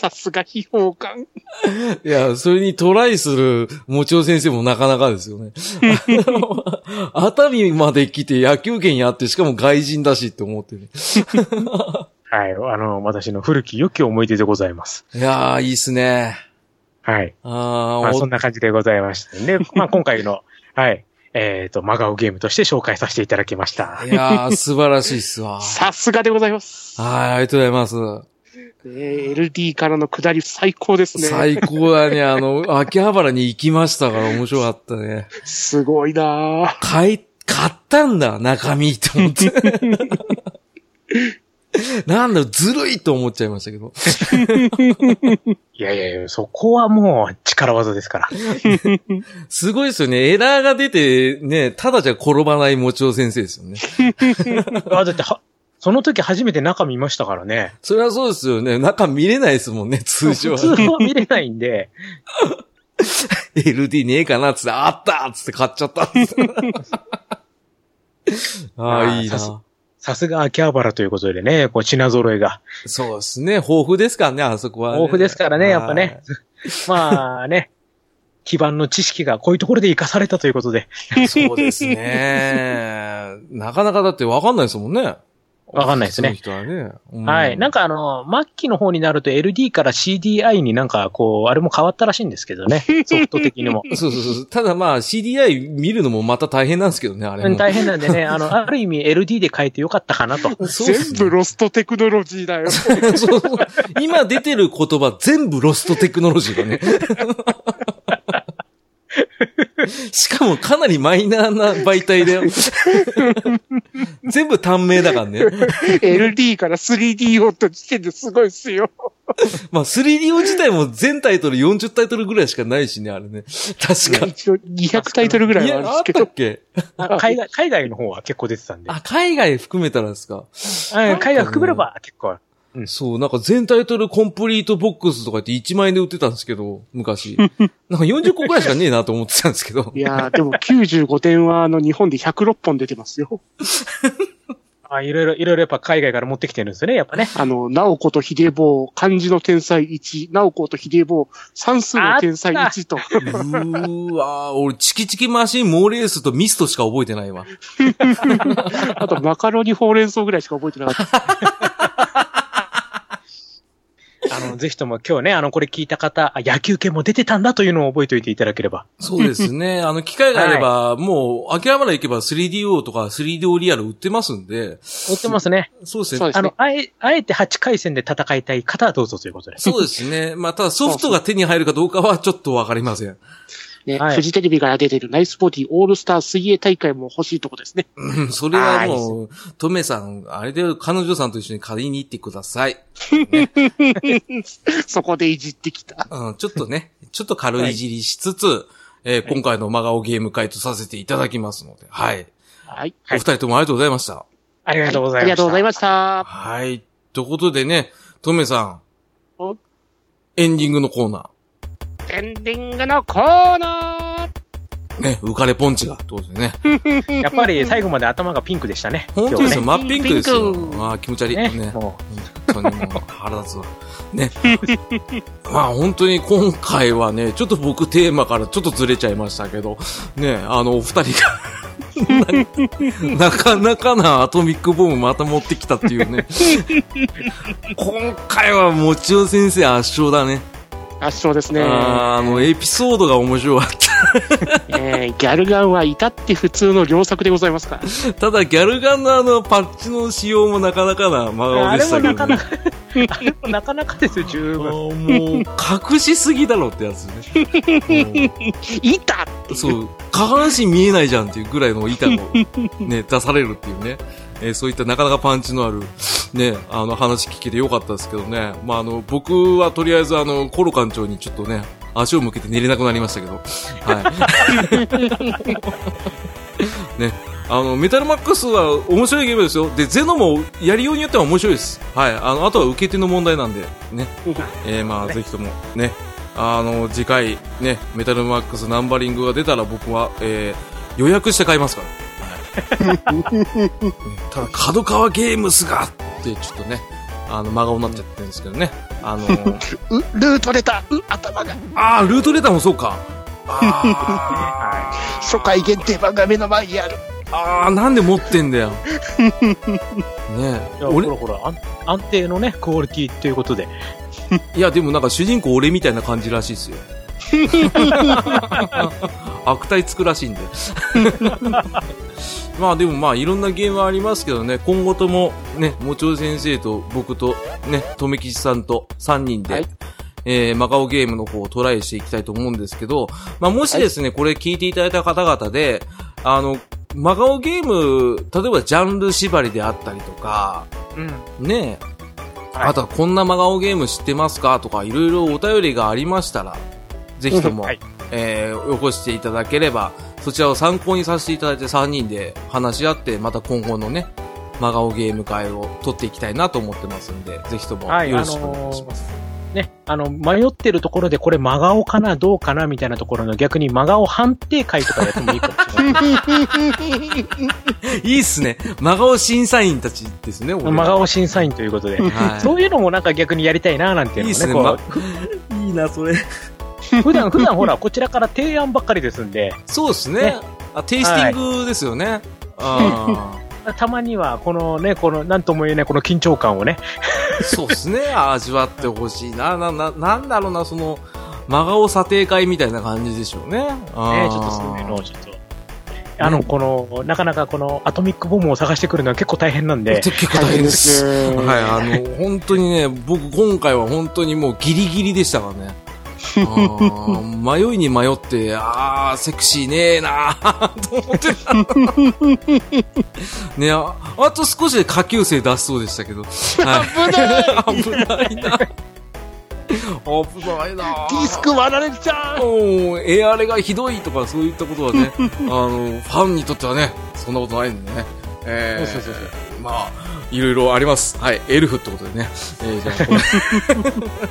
[SPEAKER 1] さすが秘宝館。
[SPEAKER 2] いや、それにトライする、もちろん先生もなかなかですよ ね。あの熱海まで来て野球圏やって、しかも外人だしって思ってる。
[SPEAKER 3] はい。あの、私の古き良き思い出でございます。
[SPEAKER 2] いやー、いいっすね。
[SPEAKER 3] はい。
[SPEAKER 2] あ
[SPEAKER 3] まあ、
[SPEAKER 2] ー、
[SPEAKER 3] そんな感じでございまし てね。まあ、今回の、はい。えっ、と、真顔ゲームとして紹介させていただきました
[SPEAKER 2] おい。やー、素晴らしいっすわ。はい、
[SPEAKER 1] さすがでございます。
[SPEAKER 2] ありがとうございます。
[SPEAKER 1] ねえ LD からの下り最高ですね。
[SPEAKER 2] 最高だね。あの、秋葉原に行きましたから面白かったね。
[SPEAKER 1] すごいなあ
[SPEAKER 2] 買い、買ったんだ、中身と思って。なんだろう、ずるいと思っちゃいましたけど。
[SPEAKER 3] いやいやいや、そこはもう力技で すから。
[SPEAKER 2] すごいですよね。エラーが出て、ね、ただじゃ転ばないもちお先生ですよね。
[SPEAKER 3] あだっては、その時初めて中見ましたからね。
[SPEAKER 2] それはそうですよね。中見れないですもんね、通
[SPEAKER 3] 普
[SPEAKER 2] 常
[SPEAKER 3] 通
[SPEAKER 2] は。
[SPEAKER 3] は見れないんで、
[SPEAKER 2] LD ねえかなっつって、あったっつって買っちゃったっつってあ
[SPEAKER 3] あ
[SPEAKER 2] あ、
[SPEAKER 3] ー
[SPEAKER 2] いい
[SPEAKER 3] さ
[SPEAKER 2] な。
[SPEAKER 3] すさすが秋葉原ということでね、こう品揃えが
[SPEAKER 2] そうですね。豊富ですからね、あそこは、
[SPEAKER 3] 豊富ですからね、やっぱね。。まあね、基盤の知識がこういうところで活かされたということで、
[SPEAKER 2] はいそうです ね。なかなかだってわかんないですもんね。
[SPEAKER 3] わかんないですね。
[SPEAKER 2] そういう人はね。うん
[SPEAKER 3] はい。なんかあの、末期の方になると LD から CDI になんかこう、あれも変わったらしいんですけどね。ソフト的にも。
[SPEAKER 2] そうそうそう。ただまあ CDI 見るのもまた大変なんですけどね、あれ
[SPEAKER 3] う
[SPEAKER 2] も
[SPEAKER 3] ん。大変なんでね、あの、ある意味 LD で変えてよかったかな と。
[SPEAKER 2] そうっす
[SPEAKER 1] 全
[SPEAKER 2] ね
[SPEAKER 1] 部ロストテクノロジーだ よ。
[SPEAKER 2] そうそう今出てる言葉全部ロストテクノロジーだ ね。しかもかなりマイナーな媒体 だよ。全部短命だからね。
[SPEAKER 1] LD から 3D をと時点ですごいっすよ。
[SPEAKER 2] まあ 3DO 自体も全タイトル40タイトルぐらいしかないしね、あれね。確か。
[SPEAKER 1] 一応200タイトルぐら
[SPEAKER 2] い
[SPEAKER 1] いはあ
[SPEAKER 2] や、
[SPEAKER 1] るんで
[SPEAKER 2] あっ
[SPEAKER 1] すけ
[SPEAKER 2] た
[SPEAKER 1] ど
[SPEAKER 2] っ。け
[SPEAKER 3] あ海外、海外の方は結構出てたんで。
[SPEAKER 2] あ、海外含めたらですか。
[SPEAKER 3] うん海外含めれば結構うん
[SPEAKER 2] そう、なんか全タイトルコンプリートボックスとか言って1万円で売ってたんですけど、 昔。なんか40個くらいしかねえなと思ってたんですけど。
[SPEAKER 1] いやー、でも95点はあの日本で106本出てますよ。
[SPEAKER 3] あ、いろいろ、いろいろやっぱ海外から持ってきてるんですね、やっぱね。
[SPEAKER 1] あの、直子と秀坊、漢字の天才1、直子と秀坊、算数の天才1と。
[SPEAKER 2] うーわー、俺チキチキマシン、モーレースとミストしか覚えてないわ。
[SPEAKER 1] あと、マカロニほうれん草ぐらいしか覚えてなかった。
[SPEAKER 3] あの、ぜひとも今日ね、あの、これ聞いた方、あ野球系も出てたんだというのを覚えておいていただければ。
[SPEAKER 2] そうで すね。あの、機会があれば、もう、秋葉原行けば 3DO とか 3DO リアル売ってますんで、
[SPEAKER 3] 売ってますね。
[SPEAKER 2] そうです
[SPEAKER 1] そう
[SPEAKER 2] ね
[SPEAKER 1] で。す
[SPEAKER 3] あの
[SPEAKER 1] ね、。
[SPEAKER 3] あえ、あえて8回戦で戦いたい方はどうぞということで。
[SPEAKER 2] そうですね。 まあ、ただソフトが手に入るかどうかはちょっとわかりません。
[SPEAKER 1] ね、
[SPEAKER 3] はい
[SPEAKER 1] フジテレビから出てるナイスボディオールスター水泳大会も欲しいとこですね。
[SPEAKER 2] うんそれはもう、トメさん、あれで彼女さんと一緒に借りに行ってください。
[SPEAKER 1] そこでいじってきた。
[SPEAKER 2] うん、ちょっとね、 ちょっと軽いじりしつつ、えー今回の真顔ゲーム会とさせていただきますので、はい。
[SPEAKER 1] はい。
[SPEAKER 2] お二人ともありがとうございました。
[SPEAKER 3] ありがとうござ
[SPEAKER 1] あ
[SPEAKER 3] いました。
[SPEAKER 1] りがとうございました。
[SPEAKER 2] はい。ということでね、トメさん
[SPEAKER 1] お。
[SPEAKER 2] エンディングのコーナ
[SPEAKER 1] エンディングのコーナー
[SPEAKER 2] ー。ね、浮かれポンチが。どうですね。
[SPEAKER 3] やっぱ り最後まで頭がピンクでしたね。
[SPEAKER 2] 本当ですよ。
[SPEAKER 1] 今
[SPEAKER 2] 真
[SPEAKER 1] 日
[SPEAKER 2] っ
[SPEAKER 1] ね
[SPEAKER 2] ピンクですよ。
[SPEAKER 1] ピンク
[SPEAKER 2] ああ、気持ち悪い。
[SPEAKER 3] 今
[SPEAKER 2] ね
[SPEAKER 3] 日。ね。も
[SPEAKER 2] 本当にもう腹立つわ。ね。 まあ本当に今回はね、ちょっと僕テーマからちょっとずれちゃいましたけど、ね、あの、お二人が な、なかなかなアトミックボムまた持ってきたっていうね。今回はもちお先生圧勝だね。
[SPEAKER 1] 圧勝ですね。
[SPEAKER 2] あーあの、エピソードが面白かった。
[SPEAKER 1] えーギャルガンは至って普通の良作でございますから。
[SPEAKER 2] ただギャルガンのあの、パッチの仕様もなかなかな真
[SPEAKER 3] う、
[SPEAKER 2] 顔
[SPEAKER 3] あ
[SPEAKER 2] で
[SPEAKER 3] れ
[SPEAKER 2] し
[SPEAKER 3] も
[SPEAKER 2] たけど、ね。
[SPEAKER 3] なかなか、あれもなかなかですよ、十分。
[SPEAKER 2] もう、隠しすぎだろってやつ ね。もう
[SPEAKER 1] 板
[SPEAKER 2] そう、下半身見えないじゃんっていうぐらいの板を、ね、出されるっていうね。えーそういったなかなかパンチのある、ね、あの話聞けてよかったですけどね。まあ、あの、僕はとりあえずあの、コロ館長にちょっとね、足を向けて寝れなくなりましたけど。はい。ね。あの、メタルマックスは面白いゲームですよ。で、ゼノもやりようによっては面白いです。はい。あの、あとは受け手の問題なんで、ね。えー、まあ、ぜひとも、ね、あの、次回、ね、メタルマックスナンバリングが出たら僕は、えー予約して買いますから。 はいうんただ、角川ゲームスがって、ちょっとね、あの、真顔になっちゃってるんですけどね。あの、
[SPEAKER 1] う、ルートレター、う、頭が、
[SPEAKER 2] あー、ルートレターもそ うか。あ
[SPEAKER 3] は
[SPEAKER 1] 初回限定版が目の前にあ る。
[SPEAKER 2] ー、あーなんで持って んだよ。ね
[SPEAKER 3] い。い
[SPEAKER 2] え
[SPEAKER 3] やほ
[SPEAKER 2] 俺
[SPEAKER 3] ら、ほら、安安定のね、クオリティということで。
[SPEAKER 2] いや、でもなんか主人公俺みたいな感じらしい ですよ。悪態つくらしいんで。 まあでもまあいろんなゲームはありますけどね、今後ともね、もちお先生と僕とね、とめきちさんと3人で、
[SPEAKER 1] はい
[SPEAKER 2] えー、マカオゲームの方をトライしていきたいと思うんですけど、まあもしですね、これ聞いていただいた方々で、あの、マカオゲーム、例えばジャンル縛りであったりとか、
[SPEAKER 3] うん。
[SPEAKER 2] ねえ、
[SPEAKER 3] はい
[SPEAKER 2] あとはこんな真顔ゲーム知ってますかとかいろいろお便りがありましたら、ぜひとも、
[SPEAKER 3] はい
[SPEAKER 2] えー、よこしていただければ、そちらを参考にさせていただいて3人で話し合って、また今後のね、真顔ゲーム会を取っていきたいなと思ってますんで、ぜひとも
[SPEAKER 3] はい
[SPEAKER 2] よろしくお願いします。
[SPEAKER 3] ね、あの、迷ってるところで、これ真顔かな、どうかな、みたいなところの逆に真顔判定会とかやってもいいかもしれない。
[SPEAKER 2] い、いっすね。真顔審査員たちですね、俺
[SPEAKER 3] 真。顔審査員ということで。
[SPEAKER 2] はい、
[SPEAKER 3] そういうのもなんか逆にやりたいな、なんていう
[SPEAKER 2] いいっ
[SPEAKER 3] の
[SPEAKER 2] すね、
[SPEAKER 3] もね、
[SPEAKER 2] ま、 いいな、それ。
[SPEAKER 3] こ う、普段、普段ほら、こちらから提案ばっかりですんで、
[SPEAKER 2] そうですね
[SPEAKER 3] ね
[SPEAKER 2] あ、テイスティングですよね。あー
[SPEAKER 3] たまには、このね、この、なんとも言えない、この緊張感をね、
[SPEAKER 2] そうですね、味わってほしいな。な、な、なんだろうな、その、真顔査定会みたいな感じでしょうね。あー
[SPEAKER 3] ね、ちょっとそういうのをちょっと。あの、この、なかなかこの、アトミックボムを探してくるのは結構大変なんで、
[SPEAKER 2] 結構大変です。
[SPEAKER 1] ね
[SPEAKER 2] はい、あの、本当にね、僕今回は本当にもうギリギリでしたからね。あー迷いに迷って、あー、セクシーねえなーと思ってた。ねあ、あと少しで下級生出しそうでしたけど。はい、 危ないな。危ないなー
[SPEAKER 1] ディスク割られちゃう
[SPEAKER 2] もう、エ アレがひどいとかそういったことはね、あの、ファンにとってはね、そんなことないんでね。えー
[SPEAKER 3] そうそうそう
[SPEAKER 2] まあ、いろいろあります。はい、エルフってことでね。えーじゃあ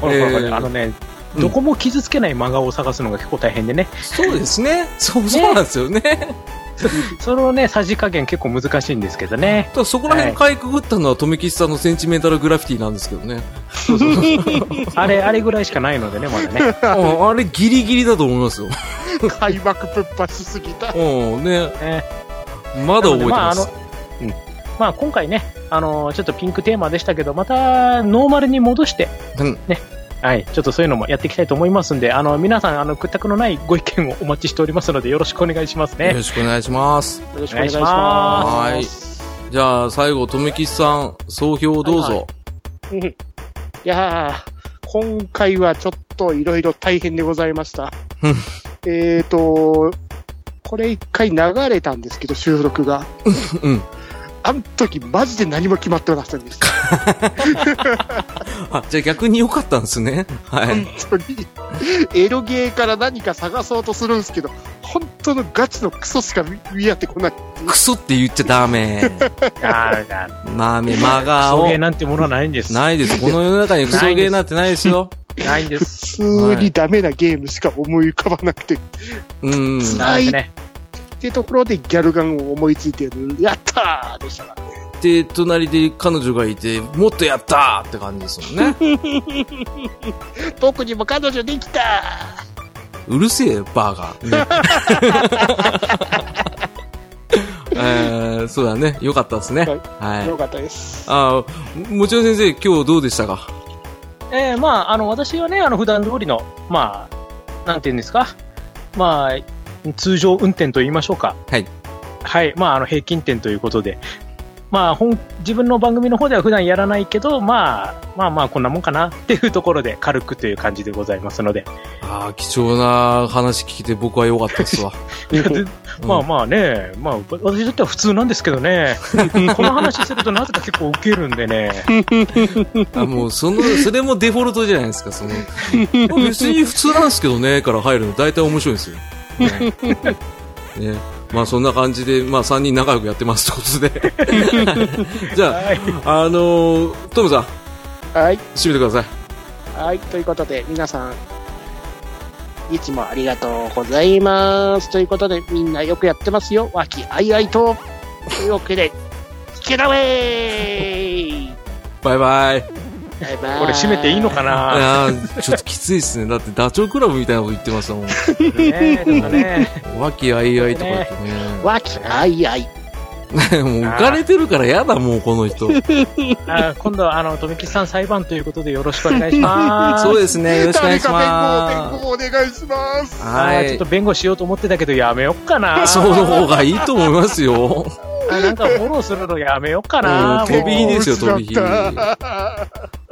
[SPEAKER 2] これ
[SPEAKER 3] ほらほらほ
[SPEAKER 2] えー
[SPEAKER 3] ら、あのね、
[SPEAKER 2] うん
[SPEAKER 3] どこも傷つけない真顔を探すのが結構大変でね、
[SPEAKER 2] そうですね。そう、そうなんですよ ね。
[SPEAKER 3] そのね、さじ加減結構難しいんですけ どね。
[SPEAKER 2] ただそこら辺かいくぐったのは、とめきちさんのセンチメンタルグラフィティなんですけどね。
[SPEAKER 3] あれ、あれぐらいしかないのでね、まだ ね。
[SPEAKER 2] ああれギリギリだと思い ますよ。
[SPEAKER 1] 開幕ぶっぱしすぎた。
[SPEAKER 2] うん、ね。
[SPEAKER 3] ね
[SPEAKER 2] まだ覚えてます
[SPEAKER 3] なので。まあ、あの、うん。まあ、今回ね、あの、ちょっとピンクテーマでしたけど、また、ノーマルに戻して、
[SPEAKER 2] うん
[SPEAKER 3] ね。はい。ちょっとそういうのもやっていきたいと思いますんで、あの、皆さん、あの、屈託のないご意見をお待ちしておりますので、よろしくお願いします
[SPEAKER 2] よ
[SPEAKER 3] ね。
[SPEAKER 2] ろしくお願いします。
[SPEAKER 1] よろしくお
[SPEAKER 3] お
[SPEAKER 1] 願
[SPEAKER 3] 願
[SPEAKER 1] い
[SPEAKER 3] い
[SPEAKER 1] し
[SPEAKER 3] し
[SPEAKER 1] ま。
[SPEAKER 2] ますじゃあ、最後、とめきちさん、総評どうぞ。
[SPEAKER 1] うんいやー、今回はちょっといろいろ大変でございました
[SPEAKER 2] うん。
[SPEAKER 1] えーと、これ一回流れたんですけど、収録が。
[SPEAKER 2] うん。
[SPEAKER 1] あの時マジで何も決まってませんでした。
[SPEAKER 2] あ、じゃあ逆に良かったんですね。はい。
[SPEAKER 1] 本当に。エロゲーから何か探そうとするんですけど、本当のガチのクソしか見見合ってこない。
[SPEAKER 2] クソって言っちゃダメ。
[SPEAKER 3] あーあー、
[SPEAKER 2] マ メ、マガ
[SPEAKER 3] 送
[SPEAKER 2] を。
[SPEAKER 3] 迎なんてものはないんです。
[SPEAKER 2] ない です。この世の中にクソゲーなんてないですよ。
[SPEAKER 3] ないんで
[SPEAKER 1] 普
[SPEAKER 3] す。
[SPEAKER 1] 通にダメなゲームしか思い浮かばなくて、
[SPEAKER 2] うん。
[SPEAKER 1] つ
[SPEAKER 3] なんでね。
[SPEAKER 1] ってところでギャルガンを思いついてる、やったーでしたからね。
[SPEAKER 2] で、隣で彼女がいて、もっとやったーって感じですもんね。
[SPEAKER 1] 僕にも彼女できた
[SPEAKER 2] うるせえよ、バーガ ー。ねえーそうだね。よかったですね。
[SPEAKER 1] ー、
[SPEAKER 2] はい
[SPEAKER 1] よ。かったです。
[SPEAKER 2] あーもちろん先生、今日どうでしたか
[SPEAKER 3] えーまあ、あの、私はね、あの、普段通りの、まあ、なんていうんですか、まあ、通常運転と言いましょうか。
[SPEAKER 2] はい。
[SPEAKER 3] はい。まあ、あの、平均点ということで。まあ、本、自分の番組の方では普段やらないけど、まあ、まあまあ、こんなもんかなっていうところで、軽くという感じでございますので。
[SPEAKER 2] あー貴重な話聞いて僕は良かったです わ。うん
[SPEAKER 3] まあまあね、まあ、私にとっては普通なんですけ どね、この話するとなぜか結構ウケるんでね。
[SPEAKER 2] あもう、その、それもデフォルトじゃないですか、その。別に普通なんですけどね、から入るの大体面白いんですよ。ね。ねまあ、そんな感じで、まあ、3人仲良くやってますってことで。 じゃ
[SPEAKER 3] はい。
[SPEAKER 2] あ、あのートムさん、
[SPEAKER 1] はい。
[SPEAKER 2] 締めてください。
[SPEAKER 1] はい。ということで、皆さん、いつもありがとうございます。ということで、みんなよくやってますよ。和気あいあいと。というわけで、スケダウェイ
[SPEAKER 2] バイバイ。
[SPEAKER 1] バイバイ
[SPEAKER 3] これ締めていいのかな
[SPEAKER 2] あーちょっときついですね。だって、ダチョウ倶楽部みたいなこと言ってましたもん。
[SPEAKER 3] ねでもね。
[SPEAKER 2] 和気あいあいとか言って
[SPEAKER 1] 和気あいあい。
[SPEAKER 2] ね。もう浮かれてるから嫌だ、もうこの人。
[SPEAKER 3] あ今度は、あの、富吉さん裁判ということでよろしくお願いします。
[SPEAKER 2] そうですね。よろしくお願
[SPEAKER 1] 誰
[SPEAKER 2] いし
[SPEAKER 1] か弁護、
[SPEAKER 2] ま
[SPEAKER 1] 弁護お願いします。
[SPEAKER 2] す。
[SPEAKER 3] は。
[SPEAKER 2] はい
[SPEAKER 3] ちょっ
[SPEAKER 2] い
[SPEAKER 3] と。弁護しようと思ってたけど、やめよっかな。
[SPEAKER 2] その方がいいと思いますよ。
[SPEAKER 3] あなんかフォローするのやめよっか
[SPEAKER 2] う
[SPEAKER 3] な。
[SPEAKER 2] ん飛び火
[SPEAKER 3] もう
[SPEAKER 2] ですよ飛び火
[SPEAKER 1] もう失った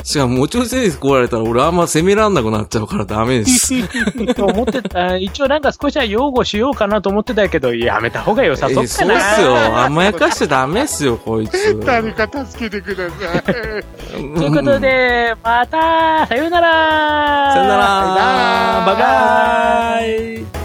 [SPEAKER 2] しかも、もちろん先生来られたら、俺あんま責めらんなくなっちゃうからダメです。
[SPEAKER 3] と思ってた。一応なんか少しは擁護しようかなと思ってたけど、やめた方が良さ
[SPEAKER 2] え
[SPEAKER 3] そう
[SPEAKER 2] ー
[SPEAKER 3] か
[SPEAKER 2] そうっす
[SPEAKER 3] な。
[SPEAKER 2] よ。甘やかしちゃダメっすよ、こいつ。
[SPEAKER 1] 誰か助けてください。
[SPEAKER 2] と
[SPEAKER 3] ということ。で、また、さようなら。
[SPEAKER 2] さよなら。
[SPEAKER 1] さよなら
[SPEAKER 2] バイバイ。